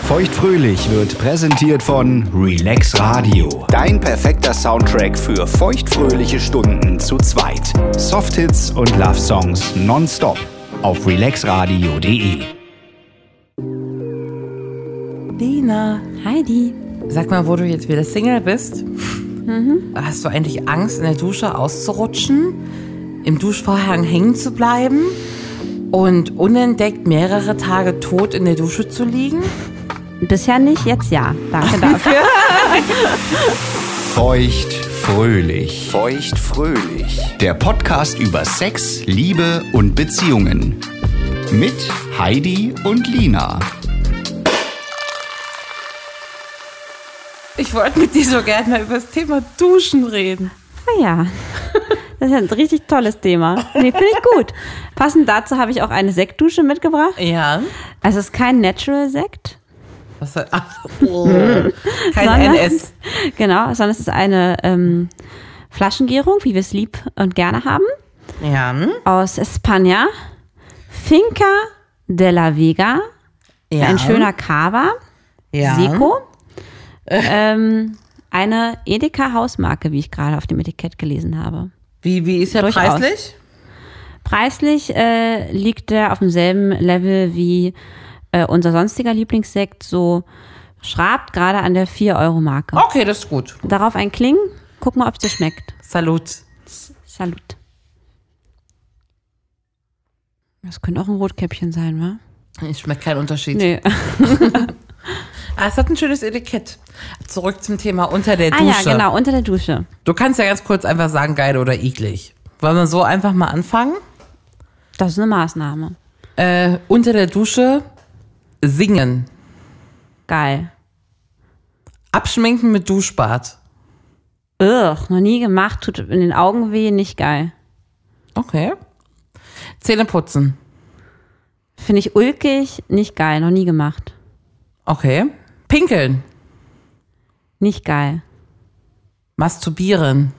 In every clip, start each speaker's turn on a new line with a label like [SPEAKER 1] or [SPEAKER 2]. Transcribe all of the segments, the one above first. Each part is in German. [SPEAKER 1] Feuchtfröhlich wird präsentiert von Relax Radio. Dein perfekter Soundtrack für feuchtfröhliche Stunden zu zweit. Softhits und Love Songs nonstop auf relaxradio.de.
[SPEAKER 2] Dina,
[SPEAKER 3] Heidi.
[SPEAKER 2] sag mal, wo du jetzt wieder Single bist. Hast du eigentlich Angst, in der Dusche auszurutschen, im Duschvorhang hängen zu bleiben und unentdeckt mehrere Tage tot in der Dusche zu liegen?
[SPEAKER 3] Bisher nicht, jetzt ja. Danke dafür.
[SPEAKER 1] Feuchtfröhlich. Feuchtfröhlich. Der Podcast über Sex, Liebe und Beziehungen. Mit Heidi und Lina.
[SPEAKER 2] Ich wollte mit dir so gerne mal über das Thema Duschen reden.
[SPEAKER 3] naja. Ah, Das ist ja ein richtig tolles Thema. Nee, finde ich gut. Passend dazu habe ich auch eine Sektdusche mitgebracht.
[SPEAKER 2] Ja.
[SPEAKER 3] Also es ist kein Natural Sekt.
[SPEAKER 2] Was, ach, oh. Kein
[SPEAKER 3] sondern-
[SPEAKER 2] NS.
[SPEAKER 3] Genau, sondern es ist eine ähm, Flaschengärung, wie wir es lieb und gerne haben,
[SPEAKER 2] Ja. hm?
[SPEAKER 3] aus España. Finca de la Vega,
[SPEAKER 2] ja.
[SPEAKER 3] ein schöner Cava,
[SPEAKER 2] ja.
[SPEAKER 3] Seco. Ähm, eine Edeka-Hausmarke, wie ich gerade auf dem Etikett gelesen habe.
[SPEAKER 2] Wie, wie ist er
[SPEAKER 3] Durchaus.
[SPEAKER 2] preislich?
[SPEAKER 3] Preislich äh, liegt er auf demselben Level wie äh, unser sonstiger Lieblingssekt, so schrabt gerade an der 4-Euro-Marke.
[SPEAKER 2] Okay, das ist gut.
[SPEAKER 3] Darauf ein Kling, guck mal, ob es dir schmeckt.
[SPEAKER 2] Salut.
[SPEAKER 3] Salut. Das könnte auch ein Rotkäppchen sein, wa?
[SPEAKER 2] Ich schmecke keinen Unterschied.
[SPEAKER 3] Nee.
[SPEAKER 2] Ah, es hat ein schönes Etikett. Zurück zum Thema unter der
[SPEAKER 3] Ah
[SPEAKER 2] Dusche.
[SPEAKER 3] ja, genau, unter der Dusche.
[SPEAKER 2] Du kannst ja ganz kurz einfach sagen, geil oder eklig. Wollen wir so einfach mal anfangen?
[SPEAKER 3] Das ist eine Maßnahme.
[SPEAKER 2] Äh, unter der Dusche singen.
[SPEAKER 3] Geil.
[SPEAKER 2] Abschminken mit Duschbad.
[SPEAKER 3] Ugh, noch nie gemacht, tut in den Augen weh, nicht geil.
[SPEAKER 2] Okay. Zähne putzen.
[SPEAKER 3] Finde ich ulkig, nicht geil, noch nie gemacht.
[SPEAKER 2] Okay. Pinkeln.
[SPEAKER 3] Nicht geil.
[SPEAKER 2] Masturbieren.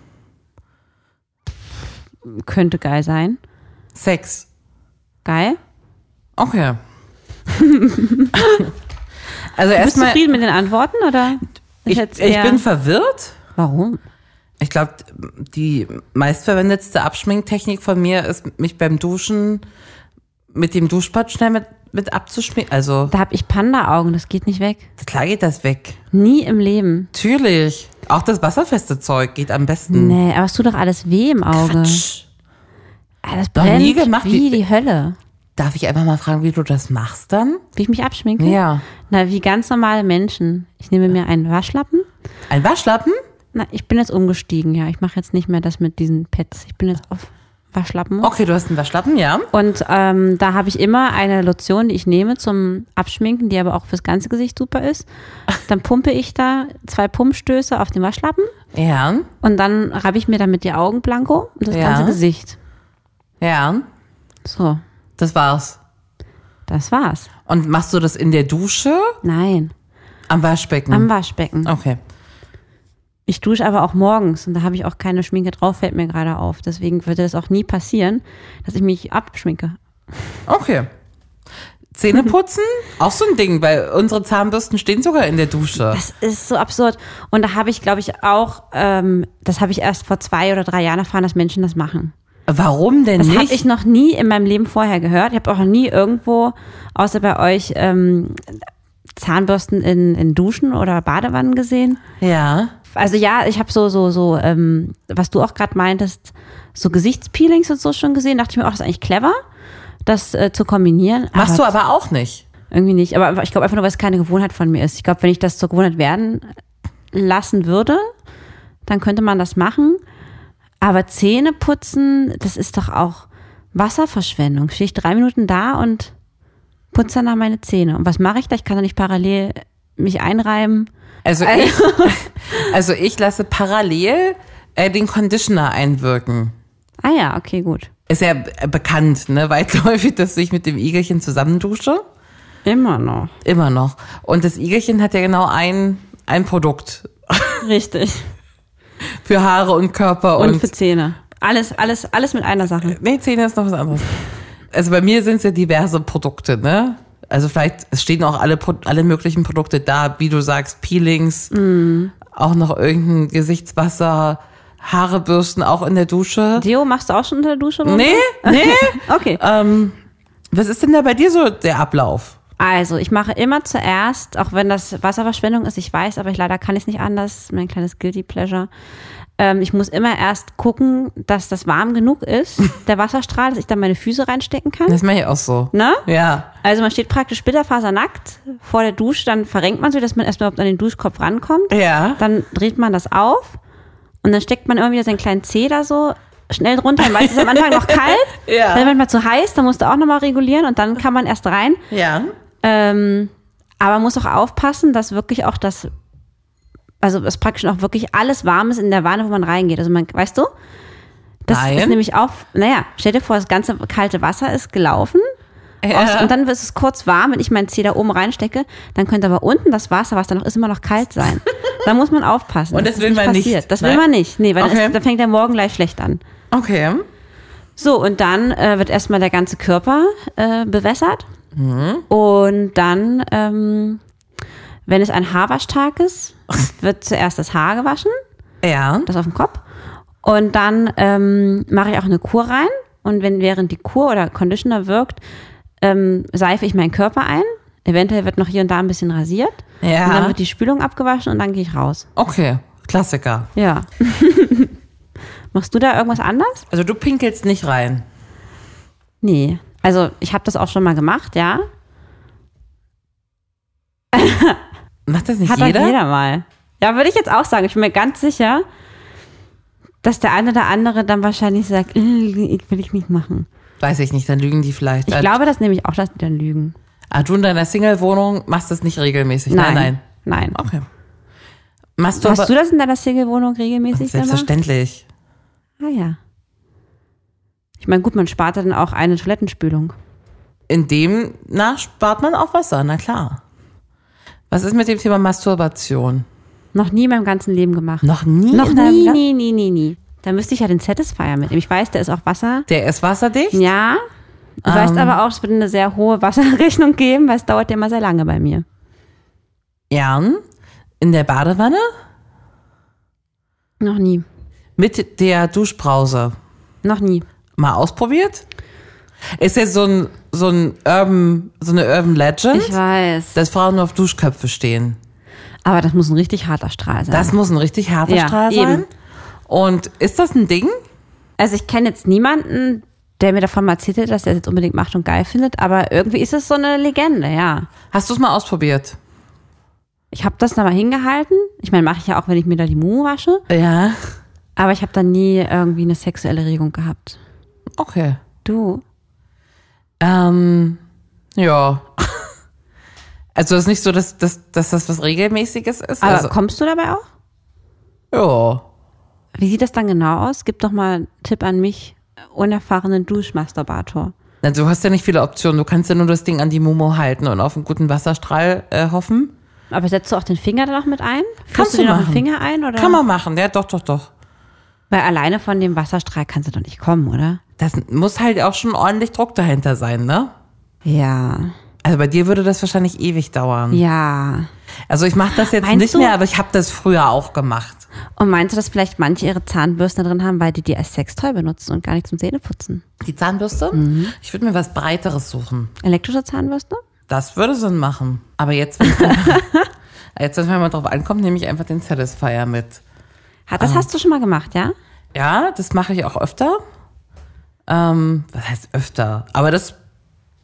[SPEAKER 3] Könnte geil sein.
[SPEAKER 2] Sex.
[SPEAKER 3] Geil.
[SPEAKER 2] Okay. also
[SPEAKER 3] Bist du
[SPEAKER 2] erstmal,
[SPEAKER 3] zufrieden mit den Antworten oder?
[SPEAKER 2] ich,
[SPEAKER 3] hätt's
[SPEAKER 2] ich
[SPEAKER 3] eher-
[SPEAKER 2] bin verwirrt.
[SPEAKER 3] Warum?
[SPEAKER 2] Ich glaube, die meistverwendetste Abschminktechnik von mir ist, mich beim Duschen mit dem Duschbad schnell mit, mit abzuschminken. Also,
[SPEAKER 3] Da hab ich Panda-Augen, das geht nicht weg.
[SPEAKER 2] klar geht das weg.
[SPEAKER 3] Nie im Leben.
[SPEAKER 2] Natürlich. Auch das wasserfeste Zeug geht am besten.
[SPEAKER 3] Nee, aber es tut doch alles weh im Auge.
[SPEAKER 2] Hm. Quatsch.
[SPEAKER 3] Ah, Das
[SPEAKER 2] Noch
[SPEAKER 3] brennt
[SPEAKER 2] nie gemacht, wie-
[SPEAKER 3] wie die Hölle.
[SPEAKER 2] Darf ich einfach mal fragen, wie du das machst dann?
[SPEAKER 3] Wie ich mich abschminke?
[SPEAKER 2] Ja.
[SPEAKER 3] Na, wie ganz normale Menschen. Ich nehme mir einen Waschlappen.
[SPEAKER 2] Ein Waschlappen?
[SPEAKER 3] Na, ich bin jetzt umgestiegen, ja. Ich mache jetzt nicht mehr das mit diesen Pads. Ich bin jetzt auf Waschlappen.
[SPEAKER 2] Okay, du hast einen Waschlappen, ja.
[SPEAKER 3] Und ähm, da habe ich immer eine Lotion, die ich nehme zum Abschminken, die aber auch fürs ganze Gesicht super ist. Dann pumpe ich da zwei Pumpstöße auf den Waschlappen
[SPEAKER 2] Ja.
[SPEAKER 3] und dann reibe ich mir damit die Augen blanko und das
[SPEAKER 2] Ja.
[SPEAKER 3] ganze Gesicht.
[SPEAKER 2] Ja.
[SPEAKER 3] So,
[SPEAKER 2] Das war's.
[SPEAKER 3] das war's.
[SPEAKER 2] Und machst du das in der Dusche?
[SPEAKER 3] Nein,
[SPEAKER 2] Am Waschbecken?
[SPEAKER 3] am Waschbecken.
[SPEAKER 2] okay.
[SPEAKER 3] Ich dusche aber auch morgens und da habe ich auch keine Schminke drauf, fällt mir gerade auf. Deswegen würde das auch nie passieren, dass ich mich abschminke.
[SPEAKER 2] Okay. Zähne putzen? auch so ein Ding, weil unsere Zahnbürsten stehen sogar in der Dusche.
[SPEAKER 3] Das ist so absurd. Und da habe ich, glaube ich, auch, ähm, das habe ich erst vor zwei oder drei Jahren erfahren, dass Menschen das machen.
[SPEAKER 2] Warum denn
[SPEAKER 3] Das habe
[SPEAKER 2] Äh, nicht?
[SPEAKER 3] ich noch nie in meinem Leben vorher gehört. Ich habe auch noch nie irgendwo, außer bei euch, ähm, Zahnbürsten in, in Duschen oder Badewannen gesehen.
[SPEAKER 2] ja.
[SPEAKER 3] Also ja, ich habe so, so, so, ähm, was du auch gerade meintest, so Gesichtspeelings und so schon gesehen. Dachte ich mir auch, das ist eigentlich clever, das äh, zu kombinieren.
[SPEAKER 2] Machst
[SPEAKER 3] aber
[SPEAKER 2] du aber auch nicht.
[SPEAKER 3] Irgendwie nicht. Aber ich glaube einfach nur, weil es keine Gewohnheit von mir ist. Ich glaube, wenn ich das zur Gewohnheit werden lassen würde, dann könnte man das machen. Aber Zähne putzen, das ist doch auch Wasserverschwendung. Stehe ich drei Minuten da und putze danach meine Zähne. Und was mache ich da? Ich kann doch nicht parallel mich einreiben.
[SPEAKER 2] Also ich, also ich lasse parallel äh, den Conditioner einwirken.
[SPEAKER 3] Ah ja, okay, gut.
[SPEAKER 2] Ist ja äh, bekannt, ne, weitläufig, dass ich mit dem Igelchen zusammendusche.
[SPEAKER 3] Immer noch.
[SPEAKER 2] Immer noch. Und das Igelchen hat ja genau ein, ein Produkt
[SPEAKER 3] Richtig.
[SPEAKER 2] für Haare und Körper
[SPEAKER 3] Und,
[SPEAKER 2] und,
[SPEAKER 3] für Zähne. Alles, alles, alles mit einer Sache.
[SPEAKER 2] Nee, Zähne ist noch was anderes. Also bei mir sind es ja diverse Produkte, ne? Also vielleicht es stehen auch alle, Pro- alle möglichen Produkte da, wie du sagst, Peelings,
[SPEAKER 3] Mm.
[SPEAKER 2] auch noch irgendein Gesichtswasser, Haarebürsten auch in der Dusche.
[SPEAKER 3] Deo, machst du auch schon unter der Dusche?
[SPEAKER 2] Nee, nee.
[SPEAKER 3] Okay.
[SPEAKER 2] ähm, was ist denn da bei dir so der Ablauf?
[SPEAKER 3] Also, ich mache immer zuerst, auch wenn das Wasserverschwendung ist, ich weiß, aber ich leider kann ich es nicht anders, mein kleines Guilty Pleasure. Ähm, ich muss immer erst gucken, dass das warm genug ist, der Wasserstrahl, dass ich da meine Füße reinstecken kann.
[SPEAKER 2] Das mache ich auch so.
[SPEAKER 3] Ne?
[SPEAKER 2] Ja.
[SPEAKER 3] Also man steht praktisch bitterfasernackt vor der Dusche, dann verrenkt man so, dass man erstmal überhaupt an den Duschkopf rankommt.
[SPEAKER 2] Ja.
[SPEAKER 3] Dann dreht man das auf und dann steckt man immer wieder seinen kleinen Zeh da so schnell drunter, weil es ist am Anfang noch kalt,
[SPEAKER 2] Ja.
[SPEAKER 3] dann manchmal zu heiß, dann musst du auch nochmal regulieren und dann kann man erst rein.
[SPEAKER 2] Ja.
[SPEAKER 3] Ähm, aber man muss auch aufpassen, dass wirklich auch das, also dass praktisch auch wirklich alles warm ist in der Wanne, wo man reingeht. Also man, weißt du? Das
[SPEAKER 2] Nein.
[SPEAKER 3] ist nämlich auch, naja, stell dir vor, das ganze kalte Wasser ist gelaufen aus, und dann ist es kurz warm, wenn ich meinen Zeh da oben reinstecke, dann könnte aber unten das Wasser, was da noch ist, immer noch kalt sein. Da muss man aufpassen.
[SPEAKER 2] Und
[SPEAKER 3] dass
[SPEAKER 2] das will man nicht.
[SPEAKER 3] Das
[SPEAKER 2] Nein.
[SPEAKER 3] will man nicht. Nee, weil dann
[SPEAKER 2] Okay.
[SPEAKER 3] ist, dann fängt der Morgen gleich schlecht an.
[SPEAKER 2] Okay.
[SPEAKER 3] So, und dann äh, wird erstmal der ganze Körper äh, bewässert.
[SPEAKER 2] Mhm.
[SPEAKER 3] Und dann, ähm, wenn es ein Haarwaschtag ist, wird zuerst das Haar gewaschen,
[SPEAKER 2] Ja.
[SPEAKER 3] das auf dem Kopf. Und dann ähm, mache ich auch eine Kur rein. Und wenn während die Kur oder Conditioner wirkt, ähm, seife ich meinen Körper ein. Eventuell wird noch hier und da ein bisschen rasiert.
[SPEAKER 2] Ja.
[SPEAKER 3] Und dann wird die Spülung abgewaschen und dann gehe ich raus.
[SPEAKER 2] Okay. Klassiker.
[SPEAKER 3] Ja. Machst du da irgendwas anders?
[SPEAKER 2] Also du pinkelst nicht rein.
[SPEAKER 3] Nee. Also ich habe das auch schon mal gemacht, ja.
[SPEAKER 2] Macht das nicht
[SPEAKER 3] Hat
[SPEAKER 2] jeder?
[SPEAKER 3] Doch jeder mal. Ja, würde ich jetzt auch sagen. Ich bin mir ganz sicher, dass der eine oder andere dann wahrscheinlich sagt, "Äh, ich will ich nicht machen.
[SPEAKER 2] Weiß ich nicht, dann lügen die vielleicht.
[SPEAKER 3] Ich
[SPEAKER 2] Ah,
[SPEAKER 3] glaube das nämlich auch, dass die dann lügen.
[SPEAKER 2] ah, du in deiner Single-Wohnung machst das nicht regelmäßig. Nein, nein.
[SPEAKER 3] Nein.
[SPEAKER 2] Okay. Machst du
[SPEAKER 3] Hast
[SPEAKER 2] aber
[SPEAKER 3] du das in deiner Single-Wohnung regelmäßig gemacht?
[SPEAKER 2] selbstverständlich.
[SPEAKER 3] Ah ja. Ich meine, gut, man spart dann auch eine Toilettenspülung.
[SPEAKER 2] In dem nach spart man auch Wasser, na klar. Was ist mit dem Thema Masturbation?
[SPEAKER 3] Noch nie in meinem ganzen Leben gemacht.
[SPEAKER 2] Noch nie?
[SPEAKER 3] Noch
[SPEAKER 2] in deinem
[SPEAKER 3] nie,
[SPEAKER 2] Ga-
[SPEAKER 3] nie, nie, nie, nie. Da müsste ich ja den Satisfier mitnehmen. Ich weiß, der ist auch Wasser.
[SPEAKER 2] Der ist wasserdicht?
[SPEAKER 3] Ja. Du weißt aber auch, es wird eine sehr hohe Wasserrechnung geben, weil es dauert ja immer sehr lange bei mir.
[SPEAKER 2] Ja. In der Badewanne?
[SPEAKER 3] Noch nie.
[SPEAKER 2] Mit der Duschbrause.
[SPEAKER 3] Noch nie.
[SPEAKER 2] Mal ausprobiert? Ist jetzt so ein, so ein Urban, so eine Urban Legend,
[SPEAKER 3] Ich weiß.
[SPEAKER 2] dass Frauen nur auf Duschköpfe stehen.
[SPEAKER 3] Aber das muss ein richtig harter Strahl sein.
[SPEAKER 2] Das muss ein richtig harter
[SPEAKER 3] Ja,
[SPEAKER 2] Strahl
[SPEAKER 3] eben.
[SPEAKER 2] sein. Und ist das ein Ding?
[SPEAKER 3] also ich kenne jetzt niemanden, der mir davon mal erzählt hat, dass der es jetzt unbedingt macht und geil findet, aber irgendwie ist es so eine Legende, ja.
[SPEAKER 2] Hast du es mal ausprobiert?
[SPEAKER 3] Ich habe das da mal hingehalten. Ich meine, mache ich ja auch, wenn ich mir da die Mumu wasche.
[SPEAKER 2] Ja.
[SPEAKER 3] Aber ich habe da nie irgendwie eine sexuelle Regung gehabt.
[SPEAKER 2] Okay.
[SPEAKER 3] Du?
[SPEAKER 2] Ähm, ja. Also es ist nicht so, dass, dass, dass das was Regelmäßiges ist.
[SPEAKER 3] Aber
[SPEAKER 2] also,
[SPEAKER 3] kommst du dabei auch?
[SPEAKER 2] ja.
[SPEAKER 3] Wie sieht das dann genau aus? Gib doch mal einen Tipp an mich, unerfahrenen Duschmasturbator.
[SPEAKER 2] Na, Du hast ja nicht viele Optionen. Du kannst ja nur das Ding an die Momo halten und auf einen guten Wasserstrahl äh, hoffen.
[SPEAKER 3] Aber setzt du auch den Finger da noch mit ein?
[SPEAKER 2] Kannst
[SPEAKER 3] Führst du
[SPEAKER 2] du
[SPEAKER 3] dir noch
[SPEAKER 2] machen.
[SPEAKER 3] den Finger ein? Oder?
[SPEAKER 2] Kann man machen, ja, doch, doch, doch.
[SPEAKER 3] Weil alleine von dem Wasserstrahl kannst du doch nicht kommen, oder?
[SPEAKER 2] Das muss halt auch schon ordentlich Druck dahinter sein, ne?
[SPEAKER 3] Ja.
[SPEAKER 2] Also bei dir würde das wahrscheinlich ewig dauern.
[SPEAKER 3] Ja.
[SPEAKER 2] Also ich mache das jetzt
[SPEAKER 3] Meinst
[SPEAKER 2] nicht
[SPEAKER 3] du?
[SPEAKER 2] mehr, aber ich habe das früher auch gemacht.
[SPEAKER 3] Und meinst du, dass vielleicht manche ihre Zahnbürsten da drin haben, weil die die als Sextoy benutzen und gar nicht zum Zähneputzen?
[SPEAKER 2] Die Zahnbürste?
[SPEAKER 3] Mhm.
[SPEAKER 2] Ich würde mir was Breiteres suchen.
[SPEAKER 3] Elektrische Zahnbürste?
[SPEAKER 2] Das würde Sinn machen. Aber jetzt, wenn es- jetzt wenn man drauf ankommt, nehme ich einfach den Satisfier mit.
[SPEAKER 3] Hat,
[SPEAKER 2] Ah.
[SPEAKER 3] das hast du schon mal gemacht, ja?
[SPEAKER 2] Ja, das mache ich auch öfter. Ähm, was heißt öfter? Aber das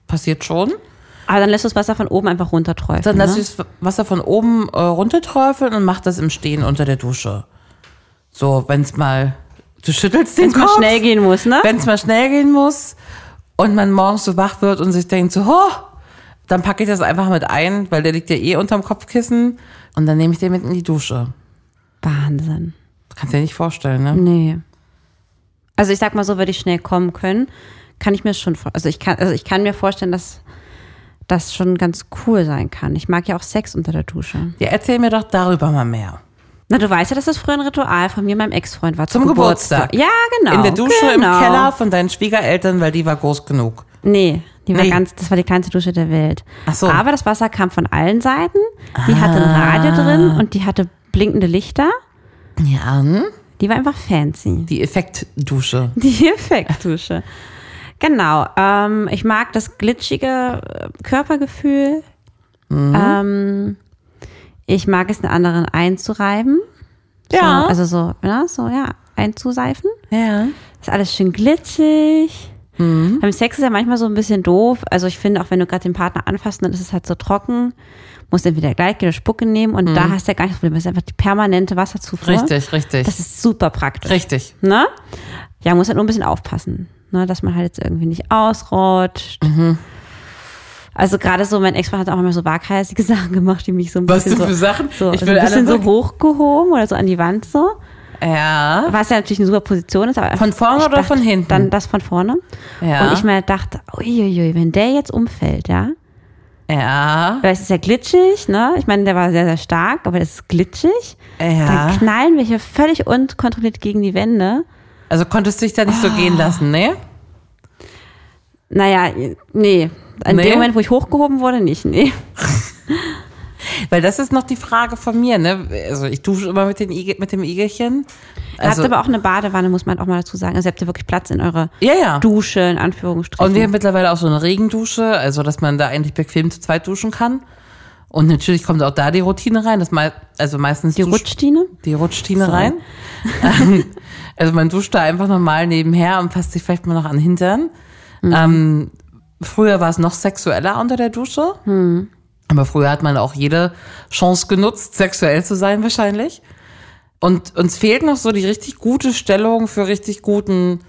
[SPEAKER 2] passiert schon.
[SPEAKER 3] Aber Ah, dann lässt du das Wasser von oben einfach runterträufeln.
[SPEAKER 2] Dann lasse
[SPEAKER 3] ne?
[SPEAKER 2] ich das Wasser von oben äh, runterträufeln und mache das im Stehen unter der Dusche. So, wenn es mal, du schüttelst den
[SPEAKER 3] Wenn's mal
[SPEAKER 2] Kopf.
[SPEAKER 3] schnell gehen muss, ne?
[SPEAKER 2] Wenn es mal schnell gehen muss und man morgens so wach wird und sich denkt so, ho, dann packe ich das einfach mit ein, weil der liegt ja eh unterm Kopfkissen und dann nehme ich den mit in die Dusche.
[SPEAKER 3] Wahnsinn.
[SPEAKER 2] Das kannst du dir nicht vorstellen, ne?
[SPEAKER 3] Nee. Also ich sag mal so, würde ich schnell kommen können, kann ich mir schon vor also ich kann also ich kann mir vorstellen, dass das schon ganz cool sein kann. Ich mag ja auch Sex unter der Dusche.
[SPEAKER 2] Ja, erzähl mir doch darüber mal mehr.
[SPEAKER 3] Na, du weißt ja, dass das früher ein Ritual von mir und meinem Ex-Freund war
[SPEAKER 2] Zum Geburtstag.
[SPEAKER 3] Ja, genau.
[SPEAKER 2] in der Dusche, im
[SPEAKER 3] genau.
[SPEAKER 2] Keller von deinen Schwiegereltern, weil die war groß genug.
[SPEAKER 3] Nee, die war
[SPEAKER 2] Nee.
[SPEAKER 3] ganz, das war die kleinste Dusche der Welt.
[SPEAKER 2] Ach so. Ah.
[SPEAKER 3] Aber das Wasser kam von allen Seiten. Die hatte ein Radio drin und die hatte blinkende Lichter.
[SPEAKER 2] Ja, hm?
[SPEAKER 3] Die war einfach fancy.
[SPEAKER 2] die Effektdusche.
[SPEAKER 3] Die Effektdusche. Genau. Ähm, ich mag das glitschige äh, Körpergefühl.
[SPEAKER 2] Mhm.
[SPEAKER 3] Ähm, ich mag es, den anderen einzureiben. So, also so, ja, so, ja, einzuseifen.
[SPEAKER 2] ja.
[SPEAKER 3] Ist alles schön glitschig.
[SPEAKER 2] Mhm.
[SPEAKER 3] Beim Sex ist ja manchmal so ein bisschen doof. Also ich finde, auch wenn du gerade den Partner anfasst, dann ist es halt so trocken. Musst entweder gleich oder Spucke nehmen und da hast du ja gar nicht das Problem. Das ist einfach die permanente Wasserzufuhr.
[SPEAKER 2] Mhm. Richtig, richtig.
[SPEAKER 3] Das ist super praktisch.
[SPEAKER 2] Richtig.
[SPEAKER 3] Ne? Ja, muss halt nur ein bisschen aufpassen, ne? dass man halt jetzt irgendwie nicht ausrutscht.
[SPEAKER 2] Mhm.
[SPEAKER 3] Also gerade so, mein Ex-Mann hat auch immer so waghalsige Sachen gemacht, die mich so ein
[SPEAKER 2] Was
[SPEAKER 3] bisschen
[SPEAKER 2] denn für
[SPEAKER 3] so,
[SPEAKER 2] Sachen?
[SPEAKER 3] so,
[SPEAKER 2] Ich
[SPEAKER 3] so
[SPEAKER 2] will
[SPEAKER 3] ein
[SPEAKER 2] alle
[SPEAKER 3] bisschen so
[SPEAKER 2] weg.
[SPEAKER 3] hochgehoben oder so an die Wand so.
[SPEAKER 2] Ja.
[SPEAKER 3] Was ja natürlich eine super Position ist. Aber
[SPEAKER 2] Von vorne
[SPEAKER 3] ich
[SPEAKER 2] oder
[SPEAKER 3] dachte,
[SPEAKER 2] von hinten?
[SPEAKER 3] Dann das von vorne.
[SPEAKER 2] Ja.
[SPEAKER 3] Und ich mir dachte, uiuiui, wenn der jetzt umfällt, ja.
[SPEAKER 2] Ja.
[SPEAKER 3] Weil es ist ja glitschig, ne? Ich meine, der war sehr, sehr stark, aber das ist glitschig. Dann
[SPEAKER 2] Ja.
[SPEAKER 3] knallen wir hier völlig unkontrolliert gegen die Wände.
[SPEAKER 2] Also konntest du dich da nicht so gehen lassen, ne?
[SPEAKER 3] Naja, nee. An
[SPEAKER 2] Nee?
[SPEAKER 3] dem Moment, wo ich hochgehoben wurde, nicht, nee.
[SPEAKER 2] Weil das ist noch die Frage von mir, ne? Also ich dusche immer mit, den Igel, mit dem Igelchen. Also,
[SPEAKER 3] Ihr habt aber auch eine Badewanne, muss man auch mal dazu sagen. Also ihr habt ja wirklich Platz in eurer
[SPEAKER 2] ja, ja.
[SPEAKER 3] Dusche, in Anführungsstrichen.
[SPEAKER 2] Und wir haben mittlerweile auch so eine Regendusche, also dass man da eigentlich bequem zu zweit duschen kann. Und natürlich kommt auch da die Routine rein, dass mei- also meistens
[SPEAKER 3] die
[SPEAKER 2] duscht-
[SPEAKER 3] Rutschdine.
[SPEAKER 2] die Rutschtine
[SPEAKER 3] So.
[SPEAKER 2] rein. Ähm, also man duscht da einfach normal nebenher und passt sich vielleicht mal noch an den Hintern. Ähm, früher war es noch sexueller unter der Dusche. Aber früher hat man auch jede Chance genutzt, sexuell zu sein wahrscheinlich. Und uns fehlt noch so die richtig gute Stellung für richtig guten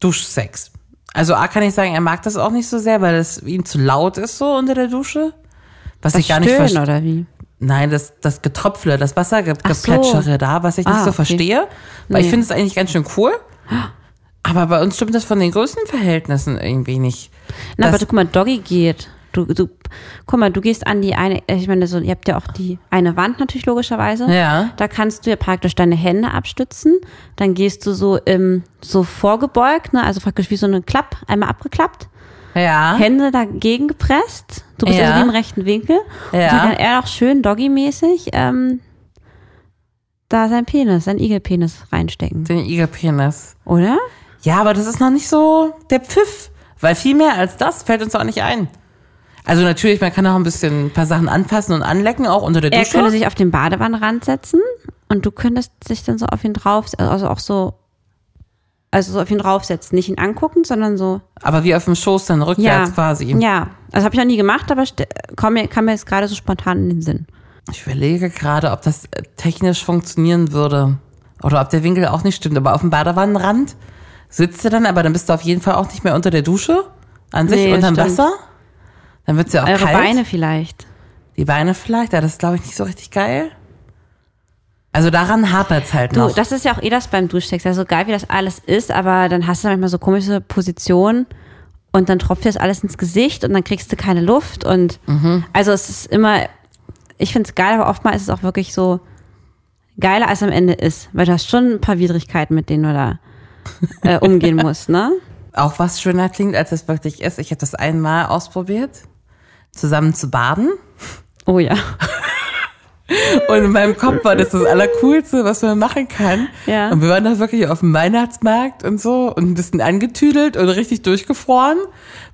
[SPEAKER 2] Duschsex. Also A kann ich sagen, er mag das auch nicht so sehr, weil es ihm zu laut ist so unter der Dusche. Was ich gar nicht
[SPEAKER 3] Stöhnen,
[SPEAKER 2] verstehe.
[SPEAKER 3] oder wie?
[SPEAKER 2] Nein, das, das Getropfle, das
[SPEAKER 3] so.
[SPEAKER 2] Wassergeplätschere da, was ich nicht
[SPEAKER 3] Ah,
[SPEAKER 2] so
[SPEAKER 3] okay.
[SPEAKER 2] verstehe. Weil ich
[SPEAKER 3] Nee.
[SPEAKER 2] finde es eigentlich ganz schön cool. Aber bei uns stimmt das von den Größenverhältnissen irgendwie nicht.
[SPEAKER 3] Na, aber
[SPEAKER 2] Das-
[SPEAKER 3] du, guck mal, Doggy geht. Du, du, guck mal, du gehst an die eine, äh, ich meine, so, ihr habt ja auch die eine Wand natürlich logischerweise.
[SPEAKER 2] Ja.
[SPEAKER 3] Da kannst du ja praktisch deine Hände abstützen. Dann gehst du so im, so vorgebeugt, ne, also praktisch wie so eine Klapp, einmal abgeklappt.
[SPEAKER 2] ja.
[SPEAKER 3] Hände dagegen gepresst. Du bist
[SPEAKER 2] Ja.
[SPEAKER 3] also wie im rechten Winkel.
[SPEAKER 2] Ja.
[SPEAKER 3] Und dann kann er noch schön doggymäßig ähm, da sein Penis, sein Igelpenis reinstecken.
[SPEAKER 2] den Igelpenis.
[SPEAKER 3] Oder?
[SPEAKER 2] Ja, aber das ist noch nicht so der Pfiff. Weil viel mehr als das fällt uns auch nicht ein. Also natürlich, man kann auch ein bisschen ein paar Sachen anfassen und anlecken, auch unter der
[SPEAKER 3] Er
[SPEAKER 2] Dusche.
[SPEAKER 3] könnte sich auf den Badewannenrand setzen und du könntest dich dann so auf ihn drauf, also auch so, also so auf ihn draufsetzen. Nicht ihn angucken, sondern so.
[SPEAKER 2] aber wie auf dem Schoß dann
[SPEAKER 3] Ja.
[SPEAKER 2] rückwärts quasi.
[SPEAKER 3] Ja. Also habe ich noch nie gemacht, aber ste- komm, mir- kam mir jetzt gerade so spontan in den Sinn.
[SPEAKER 2] Ich überlege gerade, ob das äh, technisch funktionieren würde. Oder ob der Winkel auch nicht stimmt. Aber auf dem Badewannenrand sitzt du dann, aber dann bist du auf jeden Fall auch nicht mehr unter der Dusche an sich,
[SPEAKER 3] Nee,
[SPEAKER 2] unterm
[SPEAKER 3] stimmt.
[SPEAKER 2] Wasser. Dann wird's ja auch
[SPEAKER 3] Eure
[SPEAKER 2] kalt.
[SPEAKER 3] Beine vielleicht.
[SPEAKER 2] Die Beine vielleicht, ja, das ist, glaube ich, nicht so richtig geil. Also daran hapert's halt
[SPEAKER 3] Du,
[SPEAKER 2] noch.
[SPEAKER 3] das ist ja auch eh das beim Duschsex. Also so geil, wie das alles ist, aber dann hast du manchmal so komische Positionen und dann tropft dir das alles ins Gesicht und dann kriegst du keine Luft und
[SPEAKER 2] Mhm.
[SPEAKER 3] also es ist immer, ich find's geil, aber oftmals ist es auch wirklich so geiler, als am Ende ist, weil du hast schon ein paar Widrigkeiten, mit denen du da äh, umgehen musst, ne?
[SPEAKER 2] auch was schöner klingt, als es wirklich ist. Ich habe das einmal ausprobiert, zusammen zu baden.
[SPEAKER 3] Oh ja.
[SPEAKER 2] Und in meinem Kopf war das das Allercoolste, was man machen kann.
[SPEAKER 3] Ja.
[SPEAKER 2] Und wir waren da wirklich auf dem Weihnachtsmarkt und so und ein bisschen angetüdelt und richtig durchgefroren,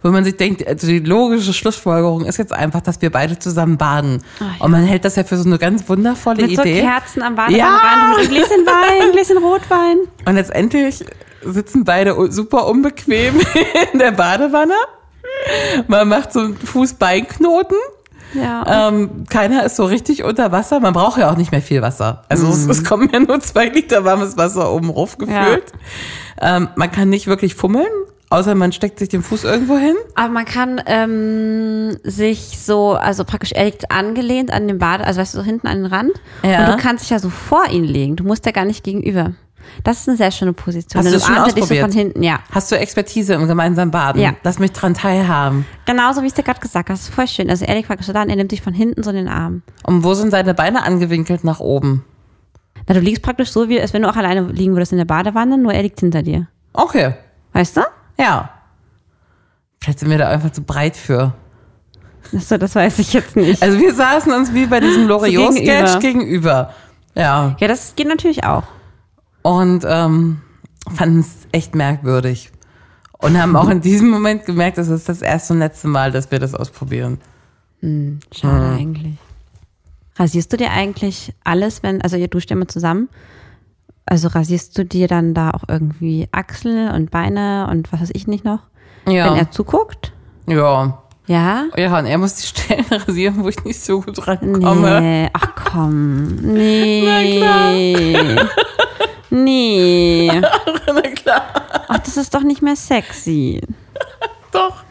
[SPEAKER 2] wo man sich denkt, also die logische Schlussfolgerung ist jetzt einfach, dass wir beide zusammen baden. Und man hält das ja für so eine ganz wundervolle
[SPEAKER 3] Ah, Mit so
[SPEAKER 2] Idee.
[SPEAKER 3] Kerzen am Badewannenrand und ein Gläschen Wein, ein Gläschen Rotwein.
[SPEAKER 2] und letztendlich sitzen beide u- super unbequem in der Badewanne. Man macht so einen Fuß-Bein-Knoten.
[SPEAKER 3] Ja.
[SPEAKER 2] Ähm, keiner ist so richtig unter Wasser. Man braucht ja auch nicht mehr viel Wasser. Also es,
[SPEAKER 3] Mhm.
[SPEAKER 2] es kommen ja nur zwei Liter warmes Wasser oben rauf gefühlt. Ähm, man kann nicht wirklich fummeln, außer man steckt sich den Fuß irgendwo hin.
[SPEAKER 3] Aber man kann ähm, sich so, also praktisch direkt angelehnt an den Bade, also weißt du, so hinten an den Rand.
[SPEAKER 2] Ja.
[SPEAKER 3] Und du kannst dich ja so vor ihn legen. Du musst ja gar nicht gegenüber. Das ist eine sehr schöne Position.
[SPEAKER 2] Hast
[SPEAKER 3] Denn
[SPEAKER 2] du das schon
[SPEAKER 3] atmest dich so von
[SPEAKER 2] ausprobiert?
[SPEAKER 3] hinten, ja.
[SPEAKER 2] Hast du Expertise im gemeinsamen Baden?
[SPEAKER 3] Ja.
[SPEAKER 2] Lass mich dran teilhaben.
[SPEAKER 3] Genauso wie ich es dir gerade gesagt habe. Das ist voll schön. Also Erik praktisch so da und er nimmt dich von hinten so in den Arm.
[SPEAKER 2] Und wo sind seine Beine angewinkelt nach oben?
[SPEAKER 3] Na, du liegst praktisch so, wie als wenn du auch alleine liegen würdest in der Badewanne, nur er liegt hinter dir.
[SPEAKER 2] Okay,
[SPEAKER 3] Weißt du?
[SPEAKER 2] ja. Vielleicht sind wir da einfach zu breit für.
[SPEAKER 3] Achso, das weiß ich jetzt nicht.
[SPEAKER 2] Also wir saßen uns wie bei diesem Loriot-Sketch
[SPEAKER 3] gegenüber.
[SPEAKER 2] gegenüber. Ja.
[SPEAKER 3] ja, das geht natürlich auch.
[SPEAKER 2] Und ähm, fanden es echt merkwürdig. Und haben auch in diesem Moment gemerkt, das ist das erste und letzte Mal, dass wir das ausprobieren.
[SPEAKER 3] Hm, Schade eigentlich. Rasierst du dir eigentlich alles, wenn, also ihr duscht ja immer zusammen, also rasierst du dir dann da auch irgendwie Achsel und Beine und was weiß ich nicht noch?
[SPEAKER 2] Ja.
[SPEAKER 3] Wenn er zuguckt?
[SPEAKER 2] Ja.
[SPEAKER 3] Ja?
[SPEAKER 2] Ja, und er muss die Stellen rasieren, wo ich nicht so gut rankomme.
[SPEAKER 3] Nee, ach komm. Nee. Nee.
[SPEAKER 2] Na klar,
[SPEAKER 3] Ach, das ist doch nicht mehr sexy.
[SPEAKER 2] doch.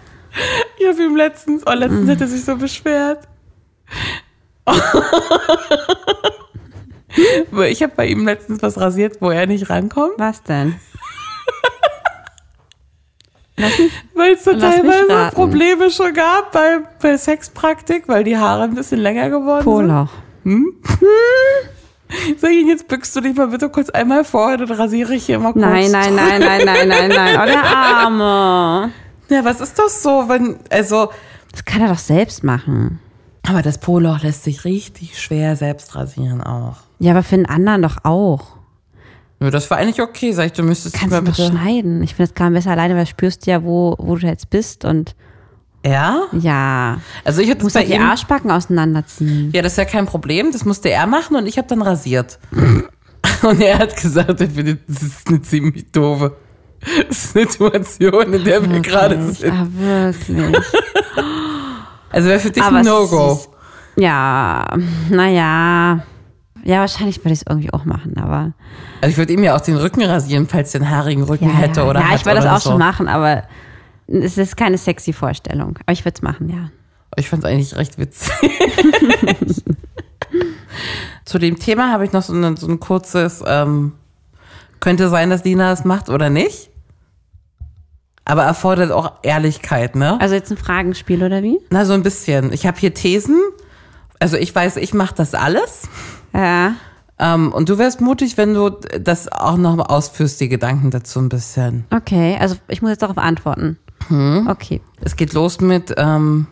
[SPEAKER 2] Ich habe ihm letztens, oh, letztens hat er sich so beschwert. Weil ich habe bei ihm letztens was rasiert, wo er nicht rankommt,
[SPEAKER 3] Was denn?
[SPEAKER 2] weil es da
[SPEAKER 3] Lass mich
[SPEAKER 2] teilweise
[SPEAKER 3] raten.
[SPEAKER 2] Probleme schon gab bei, bei Sexpraktik, weil die Haare ein bisschen länger geworden
[SPEAKER 3] Poloch.
[SPEAKER 2] sind. Sag ich ihm, jetzt bückst du dich mal bitte kurz einmal vor, dann rasiere ich hier mal kurz.
[SPEAKER 3] Nein, nein, nein, nein, nein, nein, nein. Oh, der Arme.
[SPEAKER 2] Ja, was ist das so, wenn, also,
[SPEAKER 3] Das kann er doch selbst machen.
[SPEAKER 2] aber das Poloch lässt sich richtig schwer selbst rasieren auch.
[SPEAKER 3] Ja, aber für einen anderen doch auch.
[SPEAKER 2] Ja, das war eigentlich okay, sag ich, du müsstest dich
[SPEAKER 3] Kannst du
[SPEAKER 2] mal
[SPEAKER 3] doch
[SPEAKER 2] bitte.
[SPEAKER 3] schneiden. Ich finde, das kann man besser alleine, weil du spürst ja, wo, wo du jetzt bist. Und
[SPEAKER 2] Ja?
[SPEAKER 3] ja,
[SPEAKER 2] Also ich hatte
[SPEAKER 3] du
[SPEAKER 2] das
[SPEAKER 3] musst
[SPEAKER 2] bei
[SPEAKER 3] halt die
[SPEAKER 2] ihm.
[SPEAKER 3] Arschbacken auseinanderziehen.
[SPEAKER 2] Ja, das ist ja kein Problem, das musste er machen und ich habe dann rasiert. und er hat gesagt, er findet, das ist eine ziemlich doofe Situation, in der wir gerade
[SPEAKER 3] Wirklich.
[SPEAKER 2] sind.
[SPEAKER 3] Ah, wirklich.
[SPEAKER 2] Also wäre für dich
[SPEAKER 3] Aber
[SPEAKER 2] ein
[SPEAKER 3] es
[SPEAKER 2] No-Go.
[SPEAKER 3] ist- Ja, naja. Ja, wahrscheinlich würde ich es irgendwie auch machen, aber.
[SPEAKER 2] Also ich würde ihm ja auch den Rücken rasieren, falls er einen haarigen Rücken
[SPEAKER 3] Ja,
[SPEAKER 2] hätte
[SPEAKER 3] ja.
[SPEAKER 2] oder
[SPEAKER 3] ja
[SPEAKER 2] hat
[SPEAKER 3] ich würde das
[SPEAKER 2] oder
[SPEAKER 3] auch
[SPEAKER 2] so.
[SPEAKER 3] schon machen, aber es ist keine sexy Vorstellung. Aber ich würde es machen, ja.
[SPEAKER 2] Ich fand es eigentlich recht witzig. Zu dem Thema habe ich noch so, ein- so ein kurzes, ähm, könnte sein, dass Lina es macht oder nicht. Aber erfordert auch Ehrlichkeit, ne?
[SPEAKER 3] Also jetzt ein Fragenspiel oder wie?
[SPEAKER 2] Na, so ein bisschen. Ich habe hier Thesen. Also ich weiß, ich mache das alles.
[SPEAKER 3] Ja.
[SPEAKER 2] Ähm, und du wärst mutig, wenn du das auch noch mal ausführst, die Gedanken dazu ein bisschen.
[SPEAKER 3] Okay, also ich muss jetzt darauf antworten.
[SPEAKER 2] Hm?
[SPEAKER 3] Okay.
[SPEAKER 2] Es geht los mit ähm,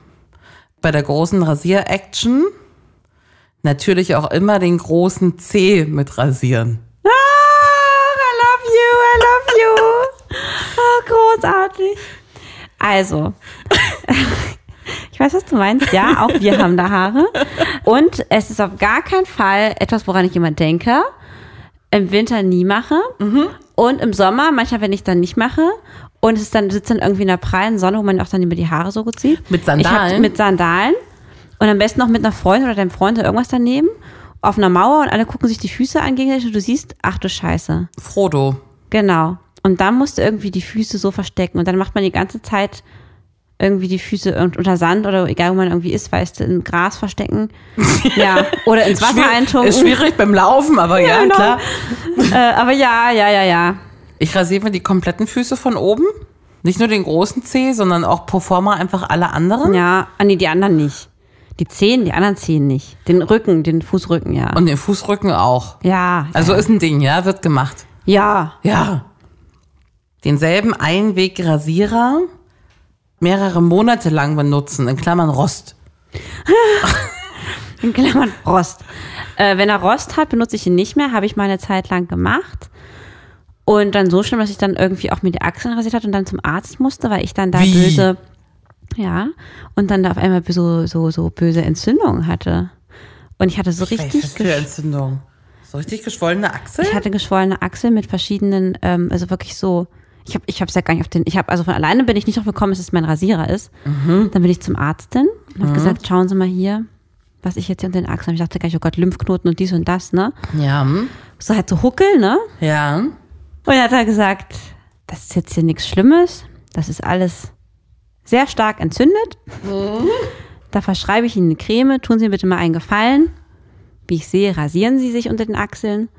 [SPEAKER 2] bei der großen Rasier-Action natürlich auch immer den großen C mit rasieren.
[SPEAKER 3] Ah, I love you, I love you. Oh, großartig. Also, ich weiß, was du meinst. Ja, auch wir haben da Haare. Und es ist auf gar keinen Fall etwas, woran ich immer denke. Im Winter nie mache.
[SPEAKER 2] Mhm.
[SPEAKER 3] Und im Sommer, manchmal, wenn ich dann nicht mache. Und es ist dann sitzt dann irgendwie in der prallen Sonne, wo man auch dann immer die Haare so gut sieht.
[SPEAKER 2] Mit Sandalen?
[SPEAKER 3] Ich hab- mit Sandalen. Und am besten noch mit einer Freundin oder deinem Freund oder irgendwas daneben. Auf einer Mauer und alle gucken sich die Füße an gegenseitig und du siehst, ach du Scheiße.
[SPEAKER 2] Frodo.
[SPEAKER 3] Genau. Und dann musst du irgendwie die Füße so verstecken. Und dann macht man die ganze Zeit irgendwie die Füße irgend- unter Sand oder egal wo man irgendwie ist, weißt du, im Gras verstecken. Ja. Oder ins Wasser eintunken.
[SPEAKER 2] Ist schwierig beim Laufen, aber ja,
[SPEAKER 3] genau.
[SPEAKER 2] klar.
[SPEAKER 3] Äh, aber ja, ja, ja, ja.
[SPEAKER 2] Ich rasiere mir die kompletten Füße von oben. Nicht nur den großen C, sondern auch Performer einfach alle anderen.
[SPEAKER 3] Ja. Ah, nee, die anderen nicht. Die Zehen, die anderen Zehen nicht. Den Rücken, den Fußrücken, ja.
[SPEAKER 2] Und den Fußrücken auch.
[SPEAKER 3] ja.
[SPEAKER 2] Also ist ein Ding, ja, wird gemacht.
[SPEAKER 3] ja.
[SPEAKER 2] Ja. Denselben Einwegrasierer mehrere Monate lang benutzen, in Klammern Rost.
[SPEAKER 3] In Klammern Rost. Äh, wenn er Rost hat, benutze ich ihn nicht mehr. Habe ich mal eine Zeit lang gemacht. Und dann so schlimm, dass ich dann irgendwie auch mir die Achseln rasiert hat und dann zum Arzt musste, weil ich dann da
[SPEAKER 2] Wie?
[SPEAKER 3] böse, ja, und dann da auf einmal so, so, so böse Entzündungen hatte. Und ich hatte so richtig,
[SPEAKER 2] Was für
[SPEAKER 3] gesch-
[SPEAKER 2] Entzündung. So richtig geschwollene Achsel?
[SPEAKER 3] ich hatte geschwollene Achsel mit verschiedenen, ähm, also wirklich so, ich habe ich hab's ja gar nicht auf den, ich habe, also von alleine bin ich nicht drauf gekommen, dass es mein Rasierer ist. Dann bin ich zum Arztin und habe gesagt, schauen Sie mal hier, was ich jetzt hier unter den Achseln habe. Ich dachte gleich, oh Gott, Lymphknoten und dies und das, ne?
[SPEAKER 2] Ja. hm.
[SPEAKER 3] so halt so Huckel, ne?
[SPEAKER 2] Ja.
[SPEAKER 3] Und dann hat er gesagt, das ist jetzt hier nichts Schlimmes, das ist alles sehr stark entzündet. Mhm. Da verschreibe ich Ihnen eine Creme, tun Sie mir bitte mal einen Gefallen. Wie ich sehe, rasieren Sie sich unter den Achseln.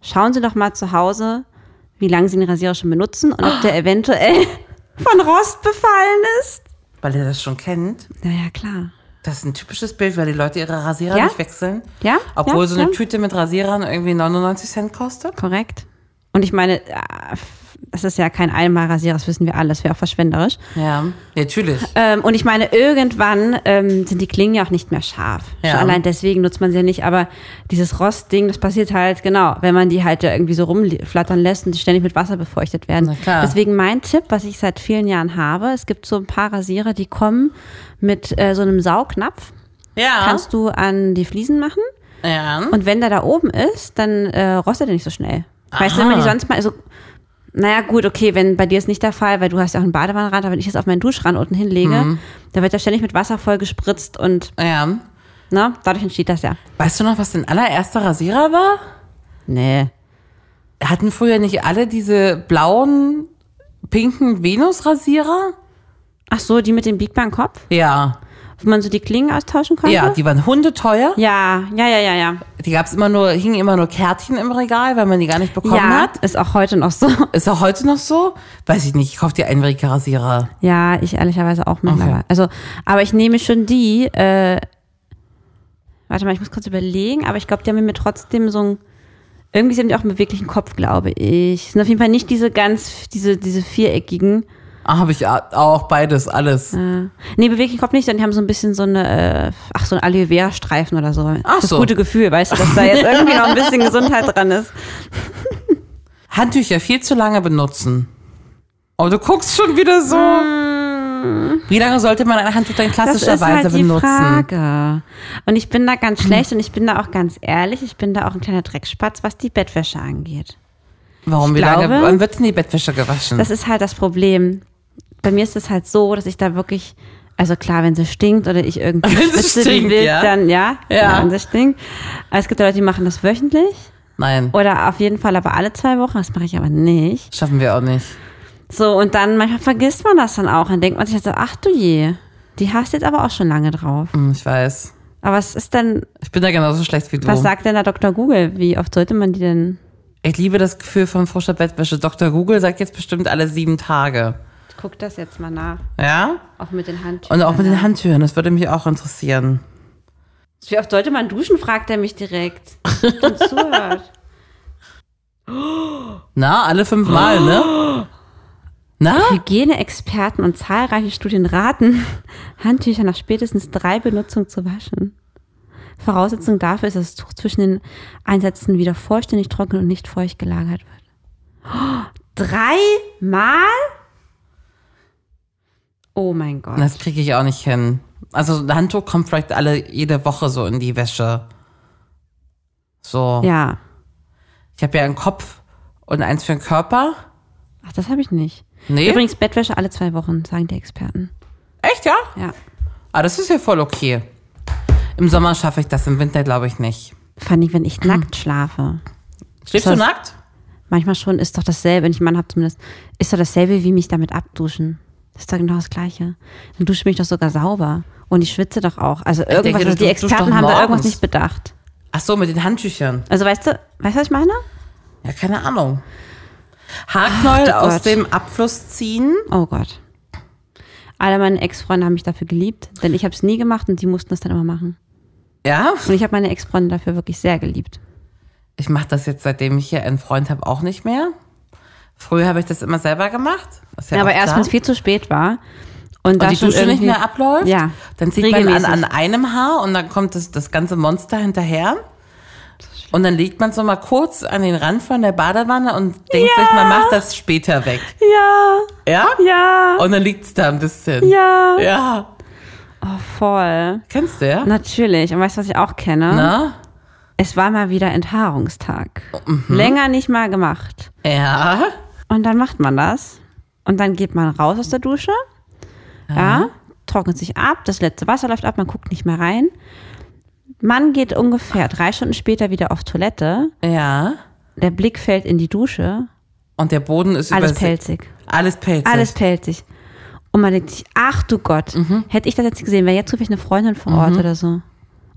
[SPEAKER 3] Schauen Sie doch mal zu Hause, wie lange Sie den Rasierer schon benutzen und ob der eventuell von Rost befallen ist.
[SPEAKER 2] Weil ihr das schon kennt.
[SPEAKER 3] Naja, klar.
[SPEAKER 2] Das ist ein typisches Bild, weil die Leute ihre Rasierer
[SPEAKER 3] Ja?
[SPEAKER 2] nicht wechseln.
[SPEAKER 3] Ja?
[SPEAKER 2] Obwohl
[SPEAKER 3] Ja?
[SPEAKER 2] so eine
[SPEAKER 3] Ja?
[SPEAKER 2] Tüte mit Rasierern irgendwie 99 Cent kostet.
[SPEAKER 3] Korrekt. Und ich meine, äh, f- das ist ja kein Einmalrasierer, das wissen wir alle, das wäre auch verschwenderisch.
[SPEAKER 2] Ja, natürlich.
[SPEAKER 3] Ähm, und ich meine, irgendwann ähm, sind die Klingen ja auch nicht mehr scharf.
[SPEAKER 2] Ja.
[SPEAKER 3] Schon allein deswegen nutzt man sie ja nicht, aber dieses Rostding, das passiert halt, genau, wenn man die halt irgendwie so rumflattern lässt und die ständig mit Wasser befeuchtet werden.
[SPEAKER 2] Na klar.
[SPEAKER 3] Deswegen mein Tipp, was ich seit vielen Jahren habe, es gibt so ein paar Rasierer, die kommen mit äh, so einem Saugnapf,
[SPEAKER 2] Ja.
[SPEAKER 3] kannst du an die Fliesen machen.
[SPEAKER 2] ja.
[SPEAKER 3] Und wenn der da oben ist, dann äh, rostet er nicht so schnell. Weißt
[SPEAKER 2] Aha.
[SPEAKER 3] du, wenn man die sonst mal, also, naja, gut, okay, wenn bei dir ist nicht der Fall, weil du hast ja auch einen Badewannenrand, aber wenn ich das auf meinen Duschrand unten hinlege,
[SPEAKER 2] Mhm.
[SPEAKER 3] da wird er ständig mit Wasser voll gespritzt und,
[SPEAKER 2] ja.
[SPEAKER 3] ne, dadurch entsteht das ja.
[SPEAKER 2] Weißt du noch, was dein allererster Rasierer war?
[SPEAKER 3] Nee.
[SPEAKER 2] Hatten früher nicht alle diese blauen, pinken Venus-Rasierer?
[SPEAKER 3] Ach so, die mit dem biegbaren Kopf,
[SPEAKER 2] Ja.
[SPEAKER 3] wo man so die Klingen austauschen konnte?
[SPEAKER 2] Ja, die waren hundeteuer.
[SPEAKER 3] ja, ja, ja, ja, ja.
[SPEAKER 2] Die gab's immer nur, hingen immer nur Kärtchen im Regal, weil man die gar nicht bekommen
[SPEAKER 3] ja,
[SPEAKER 2] hat.
[SPEAKER 3] ist auch heute noch so.
[SPEAKER 2] Ist auch heute noch so? Weiß ich nicht, ich kauf dir einen Rasierer.
[SPEAKER 3] Ja, ich ehrlicherweise auch mittlerweile.
[SPEAKER 2] Okay.
[SPEAKER 3] Also, aber ich nehme schon die, äh, warte mal, ich muss kurz überlegen, aber ich glaube, die haben mir trotzdem so ein, irgendwie sind die auch einen beweglichen Kopf, glaube ich. Es Sind auf jeden Fall nicht diese ganz, diese, diese viereckigen.
[SPEAKER 2] Ah, habe ich a- auch beides, alles.
[SPEAKER 3] Äh, nee, beweglichen Kopf nicht, sondern die haben so ein bisschen so eine, äh, ach, so ein Aloe Vera Streifen oder so.
[SPEAKER 2] Ach
[SPEAKER 3] das
[SPEAKER 2] so.
[SPEAKER 3] gute Gefühl, weißt du, dass da jetzt irgendwie noch ein bisschen Gesundheit dran ist.
[SPEAKER 2] Handtücher viel zu lange benutzen. Oh, du guckst schon wieder so. Wie lange sollte man ein Handtuch denn
[SPEAKER 3] Hm. Das ist
[SPEAKER 2] klassischerweise
[SPEAKER 3] halt die
[SPEAKER 2] benutzen?
[SPEAKER 3] Frage. Und ich bin da ganz schlecht und ich bin da auch ganz ehrlich, ich bin da auch ein kleiner Dreckspatz, was die Bettwäsche angeht.
[SPEAKER 2] Warum? Wie
[SPEAKER 3] Ich
[SPEAKER 2] lange?
[SPEAKER 3] glaube-
[SPEAKER 2] Wann wird denn die Bettwäsche gewaschen?
[SPEAKER 3] Das ist halt das Problem. Bei mir ist es halt so, dass ich da wirklich, also klar, wenn sie stinkt oder ich irgendwie
[SPEAKER 2] Wenn sie
[SPEAKER 3] schwitze wie
[SPEAKER 2] stinkt,
[SPEAKER 3] wild,
[SPEAKER 2] ja.
[SPEAKER 3] dann ja,
[SPEAKER 2] Ja.
[SPEAKER 3] wenn sie stinkt. Aber es gibt ja Leute, die machen das wöchentlich
[SPEAKER 2] Nein,
[SPEAKER 3] oder auf jeden Fall aber alle zwei Wochen. Das mache ich aber nicht.
[SPEAKER 2] schaffen wir auch nicht.
[SPEAKER 3] So und dann manchmal vergisst man das dann auch und denkt man sich halt so, ach du je, die hast jetzt aber auch schon lange drauf.
[SPEAKER 2] Hm, Ich weiß.
[SPEAKER 3] Aber was ist denn,
[SPEAKER 2] Ich bin da genauso schlecht wie du.
[SPEAKER 3] was sagt denn da Dr. Google? Wie oft sollte man die denn?
[SPEAKER 2] Ich liebe das Gefühl von frischer Bettwäsche. Dr. Google sagt jetzt bestimmt alle sieben Tage.
[SPEAKER 3] Ich guck das jetzt mal nach,
[SPEAKER 2] Ja?
[SPEAKER 3] auch mit den Handtüchern.
[SPEAKER 2] Und auch mit den Handtüchern, das würde mich auch interessieren.
[SPEAKER 3] Wie oft sollte man duschen, fragt er mich direkt. Und zuhört.
[SPEAKER 2] Na, alle fünf Mal, ne? Na?
[SPEAKER 3] Hygieneexperten und zahlreiche Studien raten, Handtücher nach spätestens drei Benutzungen zu waschen. Voraussetzung dafür ist, dass das Tuch zwischen den Einsätzen wieder vollständig trocken und nicht feucht gelagert wird. Oh, dreimal? Oh mein Gott.
[SPEAKER 2] Das kriege ich auch nicht hin. Also ein Handtuch kommt vielleicht alle jede Woche so in die Wäsche. So.
[SPEAKER 3] ja.
[SPEAKER 2] Ich habe ja einen Kopf und eins für den Körper.
[SPEAKER 3] Ach, das habe ich nicht.
[SPEAKER 2] Nee.
[SPEAKER 3] Übrigens, Bettwäsche alle zwei Wochen, sagen die Experten.
[SPEAKER 2] Echt, ja?
[SPEAKER 3] Ja.
[SPEAKER 2] Ah, das ist ja voll okay. Im Sommer schaffe ich das, im Winter glaube ich nicht.
[SPEAKER 3] Fand ich, wenn ich nackt schlafe.
[SPEAKER 2] Schläfst
[SPEAKER 3] Das
[SPEAKER 2] du
[SPEAKER 3] heißt-
[SPEAKER 2] nackt?
[SPEAKER 3] Manchmal schon ist doch dasselbe, wenn ich einen Mann habe zumindest, ist doch dasselbe wie mich damit abduschen. Das ist doch genau das Gleiche. Dann dusche ich mich doch sogar sauber. Und ich schwitze doch auch. Also irgendwas,
[SPEAKER 2] denke, du
[SPEAKER 3] also die
[SPEAKER 2] duschst doch
[SPEAKER 3] Experten haben da irgendwas
[SPEAKER 2] morgens.
[SPEAKER 3] nicht bedacht.
[SPEAKER 2] Ach so, mit den Handtüchern.
[SPEAKER 3] Also weißt du, weißt du, was ich meine?
[SPEAKER 2] Ja, keine Ahnung. Haarknäuel
[SPEAKER 3] Ach du
[SPEAKER 2] aus
[SPEAKER 3] Gott.
[SPEAKER 2] dem Abfluss ziehen.
[SPEAKER 3] Oh Gott. Alle meine Ex-Freunde haben mich dafür geliebt, denn ich habe es nie gemacht und die mussten das dann immer machen.
[SPEAKER 2] Ja.
[SPEAKER 3] Und ich habe meine Ex-Freunde dafür wirklich sehr geliebt.
[SPEAKER 2] Ich mache das jetzt, seitdem ich hier einen Freund habe, auch nicht mehr. Früher habe ich das immer selber gemacht. Ist ja
[SPEAKER 3] Aber
[SPEAKER 2] auch
[SPEAKER 3] erst,
[SPEAKER 2] klar.
[SPEAKER 3] wenn es viel zu spät war und,
[SPEAKER 2] und
[SPEAKER 3] da
[SPEAKER 2] die
[SPEAKER 3] schon
[SPEAKER 2] Dusche nicht
[SPEAKER 3] irgendwie-
[SPEAKER 2] mehr abläuft,
[SPEAKER 3] Ja.
[SPEAKER 2] dann zieht man an,
[SPEAKER 3] Regelmäßig.
[SPEAKER 2] an einem Haar und dann kommt das, das ganze Monster hinterher. Und dann legt man es so mal kurz an den Rand von der Badewanne und denkt
[SPEAKER 3] Ja.
[SPEAKER 2] sich, man macht das später weg.
[SPEAKER 3] Ja,
[SPEAKER 2] Ja?
[SPEAKER 3] ja,
[SPEAKER 2] Und dann liegt es da ein bisschen.
[SPEAKER 3] ja.
[SPEAKER 2] Ja.
[SPEAKER 3] Oh, voll.
[SPEAKER 2] Kennst du, ja?
[SPEAKER 3] Natürlich. Und weißt du, was ich auch kenne?
[SPEAKER 2] Na?
[SPEAKER 3] Es war mal wieder Enthaarungstag. Länger nicht mal gemacht.
[SPEAKER 2] Ja.
[SPEAKER 3] Und dann macht man das. Und dann geht man raus aus der Dusche. Ja. Trocknet sich ab. Das letzte Wasser läuft ab. Man guckt nicht mehr rein. Man geht ungefähr drei Stunden später wieder auf Toilette.
[SPEAKER 2] Ja.
[SPEAKER 3] Der Blick fällt in die Dusche.
[SPEAKER 2] Und der Boden ist
[SPEAKER 3] Alles
[SPEAKER 2] übers-
[SPEAKER 3] pelzig.
[SPEAKER 2] Alles pelzig.
[SPEAKER 3] Alles pelzig. Und man denkt sich, ach du Gott, hätte ich das jetzt nicht gesehen, wäre jetzt zufällig eine Freundin vor Ort oder so.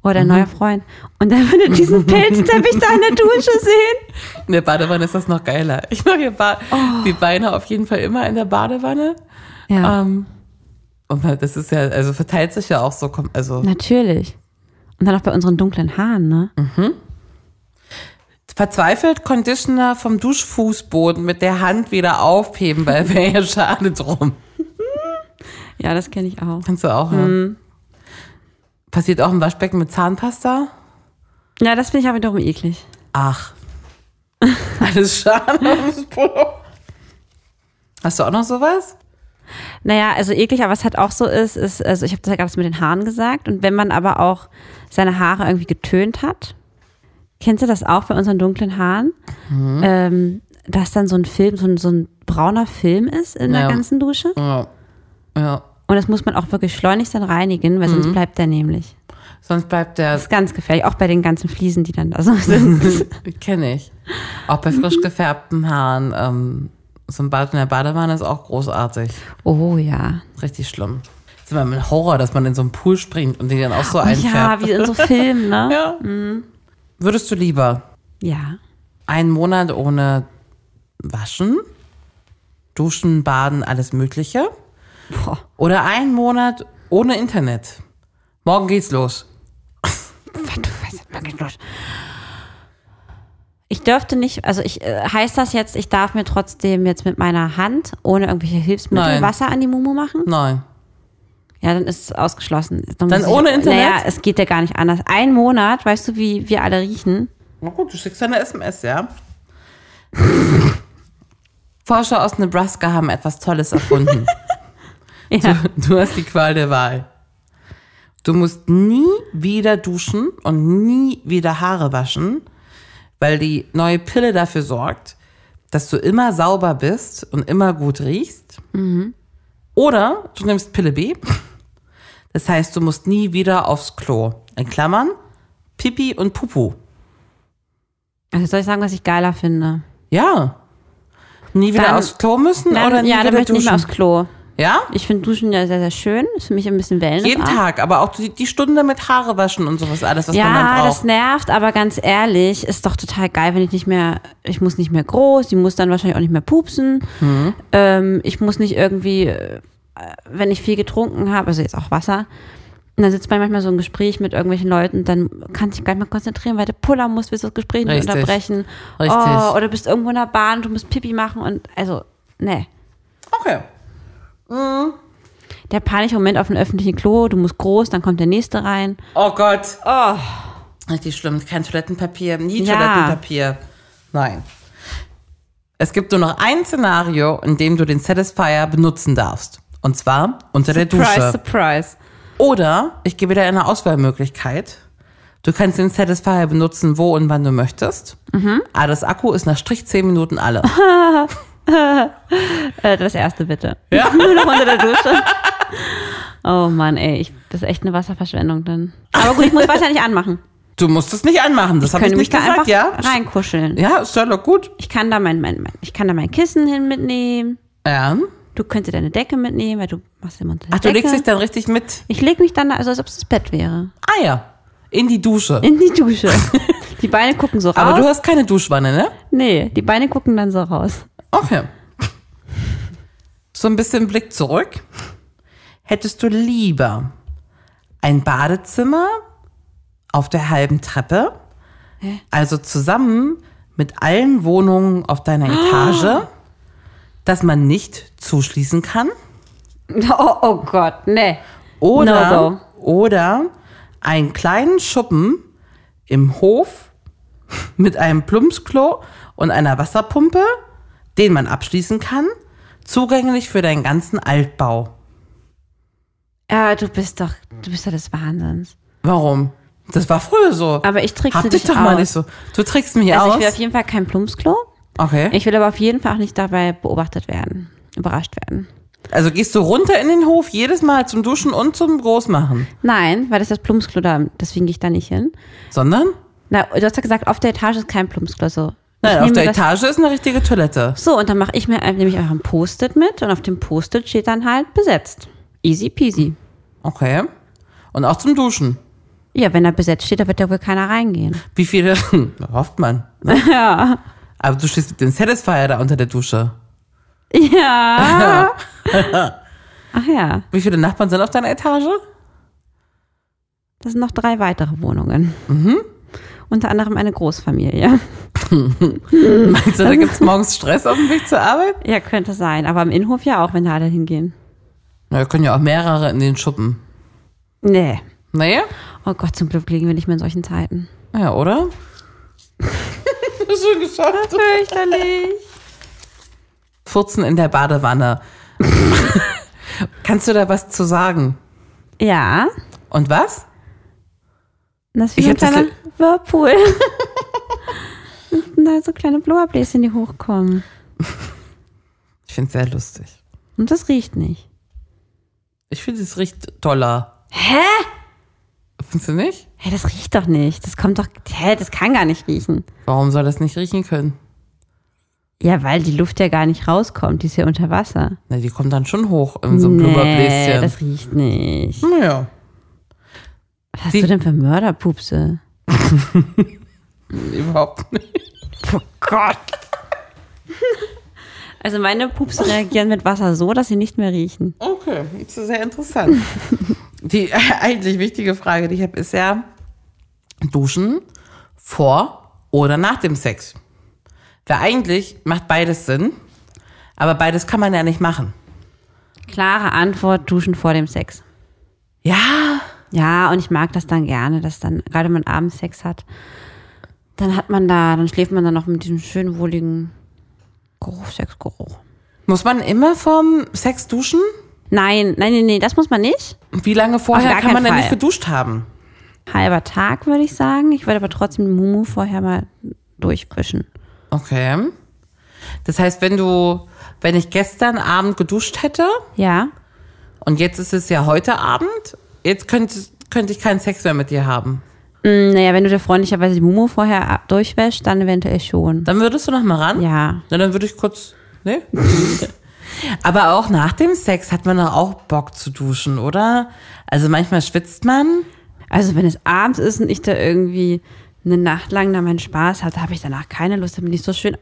[SPEAKER 3] Oder ein neuer Freund. Und dann würde diesen Pilzteppich da in der Dusche sehen.
[SPEAKER 2] In der Badewanne ist das noch geiler. Ich mache hier ba die Beine auf jeden Fall immer in der Badewanne.
[SPEAKER 3] Oh. Ja,
[SPEAKER 2] Ähm, und man- das ist ja, also verteilt sich ja auch so, kom- also Mhm.
[SPEAKER 3] natürlich. Und dann auch bei unseren dunklen Haaren, ne?
[SPEAKER 2] verzweifelt Conditioner vom Duschfußboden mit der Hand wieder aufheben, weil wäre ja schade drum.
[SPEAKER 3] Ja, das kenne ich auch.
[SPEAKER 2] Kannst du auch, ne?
[SPEAKER 3] Hm.
[SPEAKER 2] Passiert auch im Waschbecken mit Zahnpasta?
[SPEAKER 3] Ja, das finde ich aber wiederum eklig.
[SPEAKER 2] Ach. Alles schade. Hast du auch noch sowas?
[SPEAKER 3] Naja, also eklig, aber was halt auch so ist, ist, also ich habe das ja gerade mit den Haaren gesagt. Und wenn man aber auch seine Haare irgendwie getönt hat, kennst du das auch bei unseren dunklen Haaren?
[SPEAKER 2] Mhm.
[SPEAKER 3] Ähm, dass dann so ein Film, so ein, so ein brauner Film ist in
[SPEAKER 2] Ja. Mhm.
[SPEAKER 3] der ganzen Dusche.
[SPEAKER 2] Ja. Ja.
[SPEAKER 3] Und das muss man auch wirklich schleunigst dann reinigen, weil
[SPEAKER 2] Mhm.
[SPEAKER 3] sonst bleibt der nämlich.
[SPEAKER 2] Sonst bleibt der,
[SPEAKER 3] Das ist ganz gefährlich, auch bei den ganzen Fliesen, die dann da so sind.
[SPEAKER 2] kenne ich. Auch bei frisch gefärbten Haaren. Ähm, so ein Bad in der Badewanne ist auch großartig.
[SPEAKER 3] oh ja.
[SPEAKER 2] Richtig schlimm. Das ist immer ein Horror, dass man in so einen Pool springt und die dann auch so
[SPEAKER 3] Oh ja,
[SPEAKER 2] einfärbt.
[SPEAKER 3] wie in so Filmen, ne?
[SPEAKER 2] Ja. Würdest du lieber
[SPEAKER 3] Ja.
[SPEAKER 2] einen Monat ohne Waschen, Duschen, Baden, alles Mögliche?
[SPEAKER 3] Boah.
[SPEAKER 2] Oder einen Monat ohne Internet? Morgen geht's los.
[SPEAKER 3] Was, du weißt, man geht los. Ich dürfte nicht, also ich äh, heißt das jetzt, ich darf mir trotzdem jetzt mit meiner Hand ohne irgendwelche Hilfsmittel
[SPEAKER 2] Nein.
[SPEAKER 3] Wasser an die Mumu machen?
[SPEAKER 2] Nein.
[SPEAKER 3] Ja, dann ist es ausgeschlossen. Dann, muss
[SPEAKER 2] ohne
[SPEAKER 3] ich,
[SPEAKER 2] Internet?
[SPEAKER 3] Naja, es geht ja gar nicht anders. Ein Monat, weißt du, wie wir alle riechen?
[SPEAKER 2] Na gut, du schickst eine SMS, ja? Forscher aus Nebraska haben etwas Tolles erfunden.
[SPEAKER 3] Ja.
[SPEAKER 2] Du hast die Qual der Wahl. Du musst nie wieder duschen und nie wieder Haare waschen, weil die neue Pille dafür sorgt, dass du immer sauber bist und immer gut riechst. Oder du nimmst Pille B. Das heißt, du musst nie wieder aufs Klo. In Klammern, Pipi und Pupu.
[SPEAKER 3] Also soll ich sagen, was ich geiler finde?
[SPEAKER 2] Ja. Nie wieder
[SPEAKER 3] Dann-
[SPEAKER 2] aufs Klo müssen
[SPEAKER 3] Nein,
[SPEAKER 2] oder nie
[SPEAKER 3] ja, dann
[SPEAKER 2] wieder
[SPEAKER 3] möchte ich nicht
[SPEAKER 2] duschen.
[SPEAKER 3] mehr aufs Klo.
[SPEAKER 2] ja?
[SPEAKER 3] Ich finde Duschen ja sehr, sehr schön. Ist für mich ein bisschen Wellness.
[SPEAKER 2] Jeden
[SPEAKER 3] auch.
[SPEAKER 2] Tag, aber auch die, die Stunde mit Haare waschen und sowas, alles, was man dann
[SPEAKER 3] Ja,
[SPEAKER 2] braucht.
[SPEAKER 3] das nervt, aber ganz ehrlich, ist doch total geil, wenn ich nicht mehr, ich muss nicht mehr groß, die muss dann wahrscheinlich auch nicht mehr pupsen.
[SPEAKER 2] Mhm.
[SPEAKER 3] Ähm, ich muss nicht irgendwie, äh, wenn ich viel getrunken habe, also jetzt auch Wasser, und dann sitzt man manchmal so ein Gespräch mit irgendwelchen Leuten, dann kann ich gar nicht mehr konzentrieren, weil du pullern musst, willst das Gespräch nicht
[SPEAKER 2] Richtig.
[SPEAKER 3] unterbrechen.
[SPEAKER 2] Richtig.
[SPEAKER 3] Oh, oder bist irgendwo in der Bahn, du musst Pipi machen und also, ne.
[SPEAKER 2] Okay.
[SPEAKER 3] Der panische Moment auf dem öffentlichen Klo, du musst groß, dann kommt der nächste rein.
[SPEAKER 2] Oh Gott. Richtig schlimm. Kein Toilettenpapier. Nie
[SPEAKER 3] Ja.
[SPEAKER 2] Toilettenpapier. Nein. Es gibt nur noch ein Szenario, in dem du den Satisfier benutzen darfst. Und zwar unter der Dusche.
[SPEAKER 3] Surprise, surprise.
[SPEAKER 2] Oder ich gebe dir eine Auswahlmöglichkeit. Du kannst den Satisfier benutzen, wo und wann du möchtest.
[SPEAKER 3] Mhm.
[SPEAKER 2] Aber das Akku ist nach Strich 10 Minuten alle.
[SPEAKER 3] Äh, das erste bitte. Ja. Nur noch unter der Dusche. Oh Mann, ey, ich, das ist echt eine Wasserverschwendung dann. Aber gut, ich muss Wasser nicht anmachen.
[SPEAKER 2] Du musst es nicht anmachen, das habe ich
[SPEAKER 3] Könnte mich
[SPEAKER 2] nicht
[SPEAKER 3] da einfach
[SPEAKER 2] gesagt, ja?
[SPEAKER 3] reinkuscheln.
[SPEAKER 2] Ja, ist Sherlock gut.
[SPEAKER 3] Ich kann da mein, mein, mein, ich kann da mein Kissen hin mitnehmen.
[SPEAKER 2] Ja.
[SPEAKER 3] Du könntest deine Decke mitnehmen, weil du machst immer unter der
[SPEAKER 2] Ähm, Ach, du
[SPEAKER 3] Decke.
[SPEAKER 2] legst dich dann richtig mit
[SPEAKER 3] ich leg mich dann, da, also als ob es das Bett wäre.
[SPEAKER 2] Eier in die Dusche.
[SPEAKER 3] In die Dusche. die Beine gucken so raus.
[SPEAKER 2] Aber du hast keine Duschwanne, ne?
[SPEAKER 3] nee, die Beine gucken dann so raus.
[SPEAKER 2] Okay. So ein bisschen Blick zurück. Hättest du lieber ein Badezimmer auf der halben Treppe, also zusammen mit allen Wohnungen auf deiner Etage, das man nicht zuschließen kann?
[SPEAKER 3] Oh, oh Gott, nee.
[SPEAKER 2] Oder,
[SPEAKER 3] No
[SPEAKER 2] oder einen kleinen Schuppen im Hof mit einem Plumpsklo und einer Wasserpumpe, den man abschließen kann, zugänglich für deinen ganzen Altbau.
[SPEAKER 3] Äh, du bist doch, du bist doch des Wahnsinns.
[SPEAKER 2] Warum? Das war früher so.
[SPEAKER 3] Aber ich trickse
[SPEAKER 2] Hab dich
[SPEAKER 3] dich
[SPEAKER 2] doch mal
[SPEAKER 3] aus.
[SPEAKER 2] nicht so. Du trickst mich
[SPEAKER 3] Also ich will auf
[SPEAKER 2] aus.
[SPEAKER 3] jeden Fall kein Plumpsklo.
[SPEAKER 2] Okay.
[SPEAKER 3] Ich will aber auf jeden Fall auch nicht dabei beobachtet werden, überrascht werden.
[SPEAKER 2] also gehst du runter in den Hof jedes Mal zum Duschen und zum Großmachen,
[SPEAKER 3] Nein, weil das ist das Plumpsklo da, deswegen gehe ich da nicht hin.
[SPEAKER 2] sondern?
[SPEAKER 3] Na, du hast ja gesagt, auf der Etage ist kein Plumpsklo so. Ich
[SPEAKER 2] Nein, auf
[SPEAKER 3] nehme
[SPEAKER 2] der
[SPEAKER 3] das-
[SPEAKER 2] Etage ist eine richtige Toilette.
[SPEAKER 3] So, und dann mache ich mir ein- nehme ich einfach ein Post-it mit und auf dem Post-it steht dann halt besetzt. Easy peasy.
[SPEAKER 2] Okay. Und auch zum Duschen.
[SPEAKER 3] Ja, wenn er besetzt steht, da wird ja wohl keiner reingehen.
[SPEAKER 2] Wie viele? Hofft man. Ne? Ja. Aber du stehst mit dem Satisfier da unter der Dusche.
[SPEAKER 3] Ja. Ach ja,
[SPEAKER 2] Wie viele Nachbarn sind auf deiner Etage? Mhm.
[SPEAKER 3] das sind noch drei weitere Wohnungen. Unter anderem eine Großfamilie.
[SPEAKER 2] Meinst du, Also, da gibt's morgens Stress auf dem Weg zur Arbeit?
[SPEAKER 3] Ja, könnte sein. Aber am Innenhof ja auch, wenn da alle hingehen.
[SPEAKER 2] Na, wir können ja auch mehrere in den Schuppen.
[SPEAKER 3] Nee.
[SPEAKER 2] Naja?
[SPEAKER 3] Oh Gott, zum Glück liegen wir nicht mehr in solchen Zeiten.
[SPEAKER 2] Ja, oder? Schon geschafft.
[SPEAKER 3] Fürchterlich.
[SPEAKER 2] Furzen in der Badewanne. Kannst du da was zu sagen?
[SPEAKER 3] Ja.
[SPEAKER 2] Und was?
[SPEAKER 3] Das ist wie
[SPEAKER 2] Ich
[SPEAKER 3] so ein
[SPEAKER 2] hab das
[SPEAKER 3] kleiner
[SPEAKER 2] le-
[SPEAKER 3] Whirlpool. Das sind da so kleine Blubberbläschen, die hochkommen.
[SPEAKER 2] Ich finde es sehr lustig.
[SPEAKER 3] Und das riecht nicht.
[SPEAKER 2] Ich finde, es riecht toller.
[SPEAKER 3] Hä?
[SPEAKER 2] Findest du nicht?
[SPEAKER 3] Hä, das riecht doch nicht. Das kommt doch. Hä, das kann gar nicht riechen.
[SPEAKER 2] Warum soll das nicht riechen können?
[SPEAKER 3] Ja, weil die Luft ja gar nicht rauskommt. Die ist ja unter Wasser.
[SPEAKER 2] Na, die kommt dann schon hoch in so einem
[SPEAKER 3] nee,
[SPEAKER 2] Blubberbläschen.
[SPEAKER 3] das riecht nicht.
[SPEAKER 2] Naja.
[SPEAKER 3] Was hast
[SPEAKER 2] Die-
[SPEAKER 3] du denn für Mörderpupse?
[SPEAKER 2] Überhaupt nicht.
[SPEAKER 3] Oh Gott. Also meine Pupse reagieren mit Wasser so, dass sie nicht mehr riechen.
[SPEAKER 2] Okay, das ist sehr interessant. die eigentlich wichtige Frage, die ich habe, ist ja, duschen vor oder nach dem Sex? Weil eigentlich macht beides Sinn, aber beides kann man ja nicht machen.
[SPEAKER 3] Klare Antwort, duschen vor dem Sex.
[SPEAKER 2] Ja,
[SPEAKER 3] Ja, und ich mag das dann gerne, dass dann, gerade wenn man abends Sex hat, dann hat man da, dann schläft man dann noch mit diesem schönen, wohligen Geruch, Sexgeruch.
[SPEAKER 2] muss man immer vorm Sex duschen?
[SPEAKER 3] Nein, nein, nein, nee, das muss man nicht.
[SPEAKER 2] Wie lange
[SPEAKER 3] Auf
[SPEAKER 2] vorher
[SPEAKER 3] gar
[SPEAKER 2] kann man
[SPEAKER 3] keinen
[SPEAKER 2] denn
[SPEAKER 3] Fall.
[SPEAKER 2] nicht geduscht haben?
[SPEAKER 3] Halber Tag, würde ich sagen. Ich würde aber trotzdem den Mumu vorher mal durchwischen.
[SPEAKER 2] Okay. Das heißt, wenn du, wenn ich gestern Abend geduscht hätte
[SPEAKER 3] Ja?
[SPEAKER 2] und jetzt ist es ja heute Abend, jetzt könnte, könnte ich keinen Sex mehr mit dir haben.
[SPEAKER 3] Mm, Naja, wenn du dir freundlicherweise die Mumu vorher ab- durchwäschst, dann eventuell schon.
[SPEAKER 2] Dann würdest du noch mal ran?
[SPEAKER 3] Ja.
[SPEAKER 2] Na, dann würde ich kurz. Ne? Aber auch nach dem Sex hat man doch auch Bock zu duschen, oder? Also manchmal schwitzt man.
[SPEAKER 3] Also wenn es abends ist und ich da irgendwie eine Nacht lang da meinen Spaß hatte, habe ich danach keine Lust. Da bin ich so schön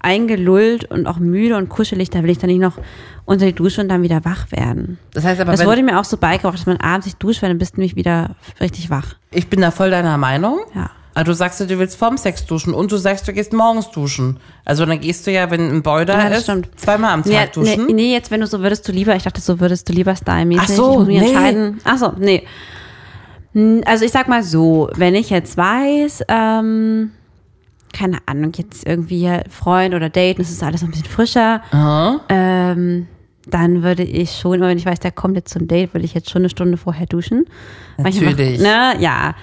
[SPEAKER 3] eingelullt und auch müde und kuschelig. Da will ich dann nicht noch unter die Dusche und dann wieder wach werden.
[SPEAKER 2] Das heißt aber,
[SPEAKER 3] das
[SPEAKER 2] wenn,
[SPEAKER 3] wurde mir auch so beigebracht, dass man abends nicht duscht, weil dann bist du nämlich wieder richtig wach.
[SPEAKER 2] ich bin da voll deiner Meinung.
[SPEAKER 3] Ja.
[SPEAKER 2] Also du sagst, du willst vorm Sex duschen und du sagst, du gehst morgens duschen. Also dann gehst du ja, wenn ein Boy da
[SPEAKER 3] Ja, das
[SPEAKER 2] ist,
[SPEAKER 3] stimmt.
[SPEAKER 2] zweimal am Tag
[SPEAKER 3] Ja,
[SPEAKER 2] halt duschen.
[SPEAKER 3] Nee, nee, jetzt wenn du so würdest du lieber, ich dachte, so würdest du lieber stylmäßig.
[SPEAKER 2] Ach so,
[SPEAKER 3] ich muss mich
[SPEAKER 2] nee.
[SPEAKER 3] entscheiden. Ach so, nee. Hm, Also ich sag mal so, wenn ich jetzt weiß, ähm, keine Ahnung, jetzt irgendwie Freund oder Date, das ist alles noch ein bisschen frischer, ähm, dann würde ich schon, immer wenn ich weiß, der kommt jetzt zum Date, würde ich jetzt schon eine Stunde vorher duschen. Weil ich einfach-
[SPEAKER 2] Natürlich.
[SPEAKER 3] ne, ja.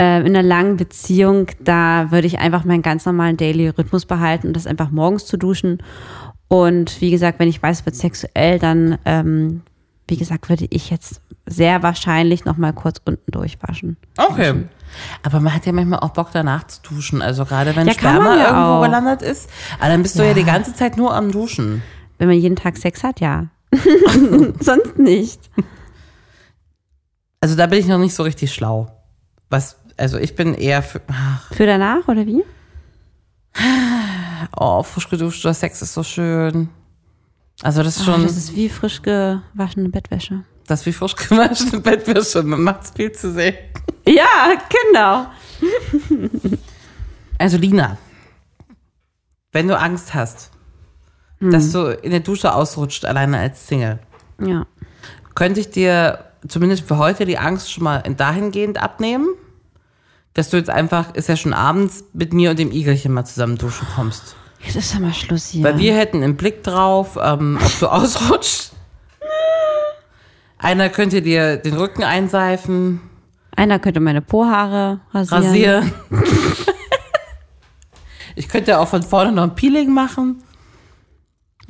[SPEAKER 3] Ähm, In einer langen Beziehung, da würde ich einfach meinen ganz normalen Daily-Rhythmus behalten und das einfach morgens zu duschen. Und wie gesagt, wenn ich weiß, es wird sexuell, dann, ähm, wie gesagt, würde ich jetzt sehr wahrscheinlich nochmal kurz unten durchwaschen.
[SPEAKER 2] Okay. Aber man hat ja manchmal auch Bock danach zu duschen. Also gerade wenn
[SPEAKER 3] Ja, kann
[SPEAKER 2] Sperma
[SPEAKER 3] man ja
[SPEAKER 2] irgendwo
[SPEAKER 3] auch.
[SPEAKER 2] gelandet ist, aber dann bist du ja die ganze Zeit nur am Duschen.
[SPEAKER 3] Wenn man jeden Tag Sex hat, ja. Sonst nicht.
[SPEAKER 2] Also da bin ich noch nicht so richtig schlau. Was, also ich bin eher für, ach,
[SPEAKER 3] Für danach oder wie?
[SPEAKER 2] oh, frisch geduschter Sex ist so schön. Also das ist
[SPEAKER 3] Oh,
[SPEAKER 2] schon, das,
[SPEAKER 3] das
[SPEAKER 2] ist
[SPEAKER 3] ist wie frisch gewaschene Bettwäsche.
[SPEAKER 2] wie frisch gewaschene Bettwäsche. Man macht es viel zu sehen.
[SPEAKER 3] Ja, genau.
[SPEAKER 2] Also Lina, wenn du Angst hast,
[SPEAKER 3] Hm.
[SPEAKER 2] dass du in der Dusche ausrutscht, alleine als Single,
[SPEAKER 3] Ja.
[SPEAKER 2] könnte ich dir zumindest für heute die Angst schon mal dahingehend abnehmen, dass du jetzt einfach, ist ja schon abends, mit mir und dem Igelchen mal zusammen duschen kommst.
[SPEAKER 3] Jetzt ist ja mal Schluss hier.
[SPEAKER 2] Weil wir hätten einen Blick drauf, ähm, ob du ausrutscht. Einer könnte dir den Rücken einseifen,
[SPEAKER 3] Einer könnte meine Pohaare rasieren.
[SPEAKER 2] rasieren. ich könnte auch von vorne noch ein Peeling machen.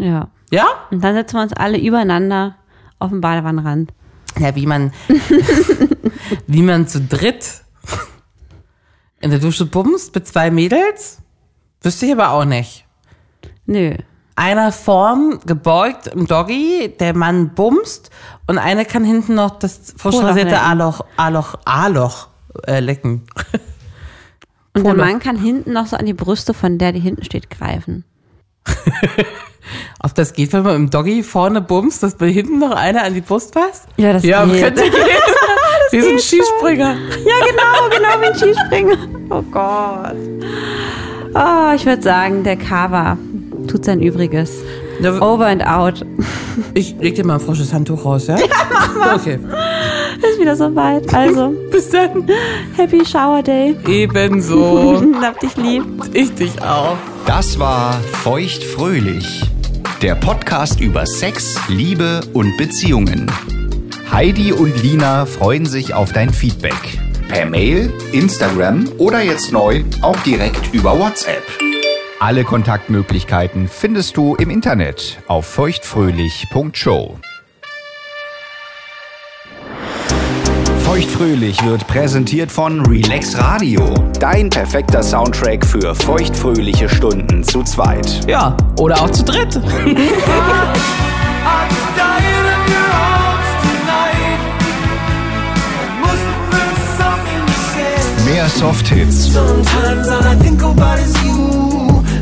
[SPEAKER 3] Ja.
[SPEAKER 2] Ja?
[SPEAKER 3] Und dann setzen wir uns alle übereinander auf den Badewannenrand.
[SPEAKER 2] Ja, wie man, wie man zu dritt in der Dusche bumst mit zwei Mädels, wüsste ich aber auch nicht.
[SPEAKER 3] Nö.
[SPEAKER 2] Einer vorn gebeugt im Doggy, der Mann bumst und eine kann hinten noch das frisch
[SPEAKER 3] Poloch
[SPEAKER 2] rasierte
[SPEAKER 3] lecken.
[SPEAKER 2] A-Loch, A-Loch, A-Loch äh, lecken.
[SPEAKER 3] Und
[SPEAKER 2] Polo.
[SPEAKER 3] der Mann kann hinten noch so an die Brüste von der, die hinten steht, greifen.
[SPEAKER 2] Ob das geht, wenn man im Doggy vorne bumst, dass man hinten noch einer an die Brust passt?
[SPEAKER 3] Ja, das
[SPEAKER 2] ja,
[SPEAKER 3] geht.
[SPEAKER 2] könnte gehen. Wie so ein Skispringer.
[SPEAKER 3] Ja, genau, genau wie ein Skispringer. Oh Gott. Oh, ich würde sagen, der Kava tut sein Übriges.
[SPEAKER 2] Ja, w-
[SPEAKER 3] Over and out.
[SPEAKER 2] Ich leg dir mal ein frisches Handtuch raus, ja? Okay.
[SPEAKER 3] Ist wieder soweit. Also,
[SPEAKER 2] Bis dann.
[SPEAKER 3] happy shower day.
[SPEAKER 2] Ebenso.
[SPEAKER 3] Hab dich lieb.
[SPEAKER 2] ich dich auch.
[SPEAKER 1] Das war Feuchtfröhlich, der Podcast über Sex, Liebe und Beziehungen. Heidi und Lina freuen sich auf dein Feedback. Per Mail, Instagram oder jetzt neu auch direkt über WhatsApp. Alle Kontaktmöglichkeiten findest du im Internet auf feuchtfröhlich.show. Feuchtfröhlich wird präsentiert von Relax Radio. Dein perfekter Soundtrack für feuchtfröhliche Stunden zu zweit.
[SPEAKER 2] Ja, oder auch zu dritt.
[SPEAKER 1] Mehr Softhits,
[SPEAKER 4] Sometimes all I think about is you.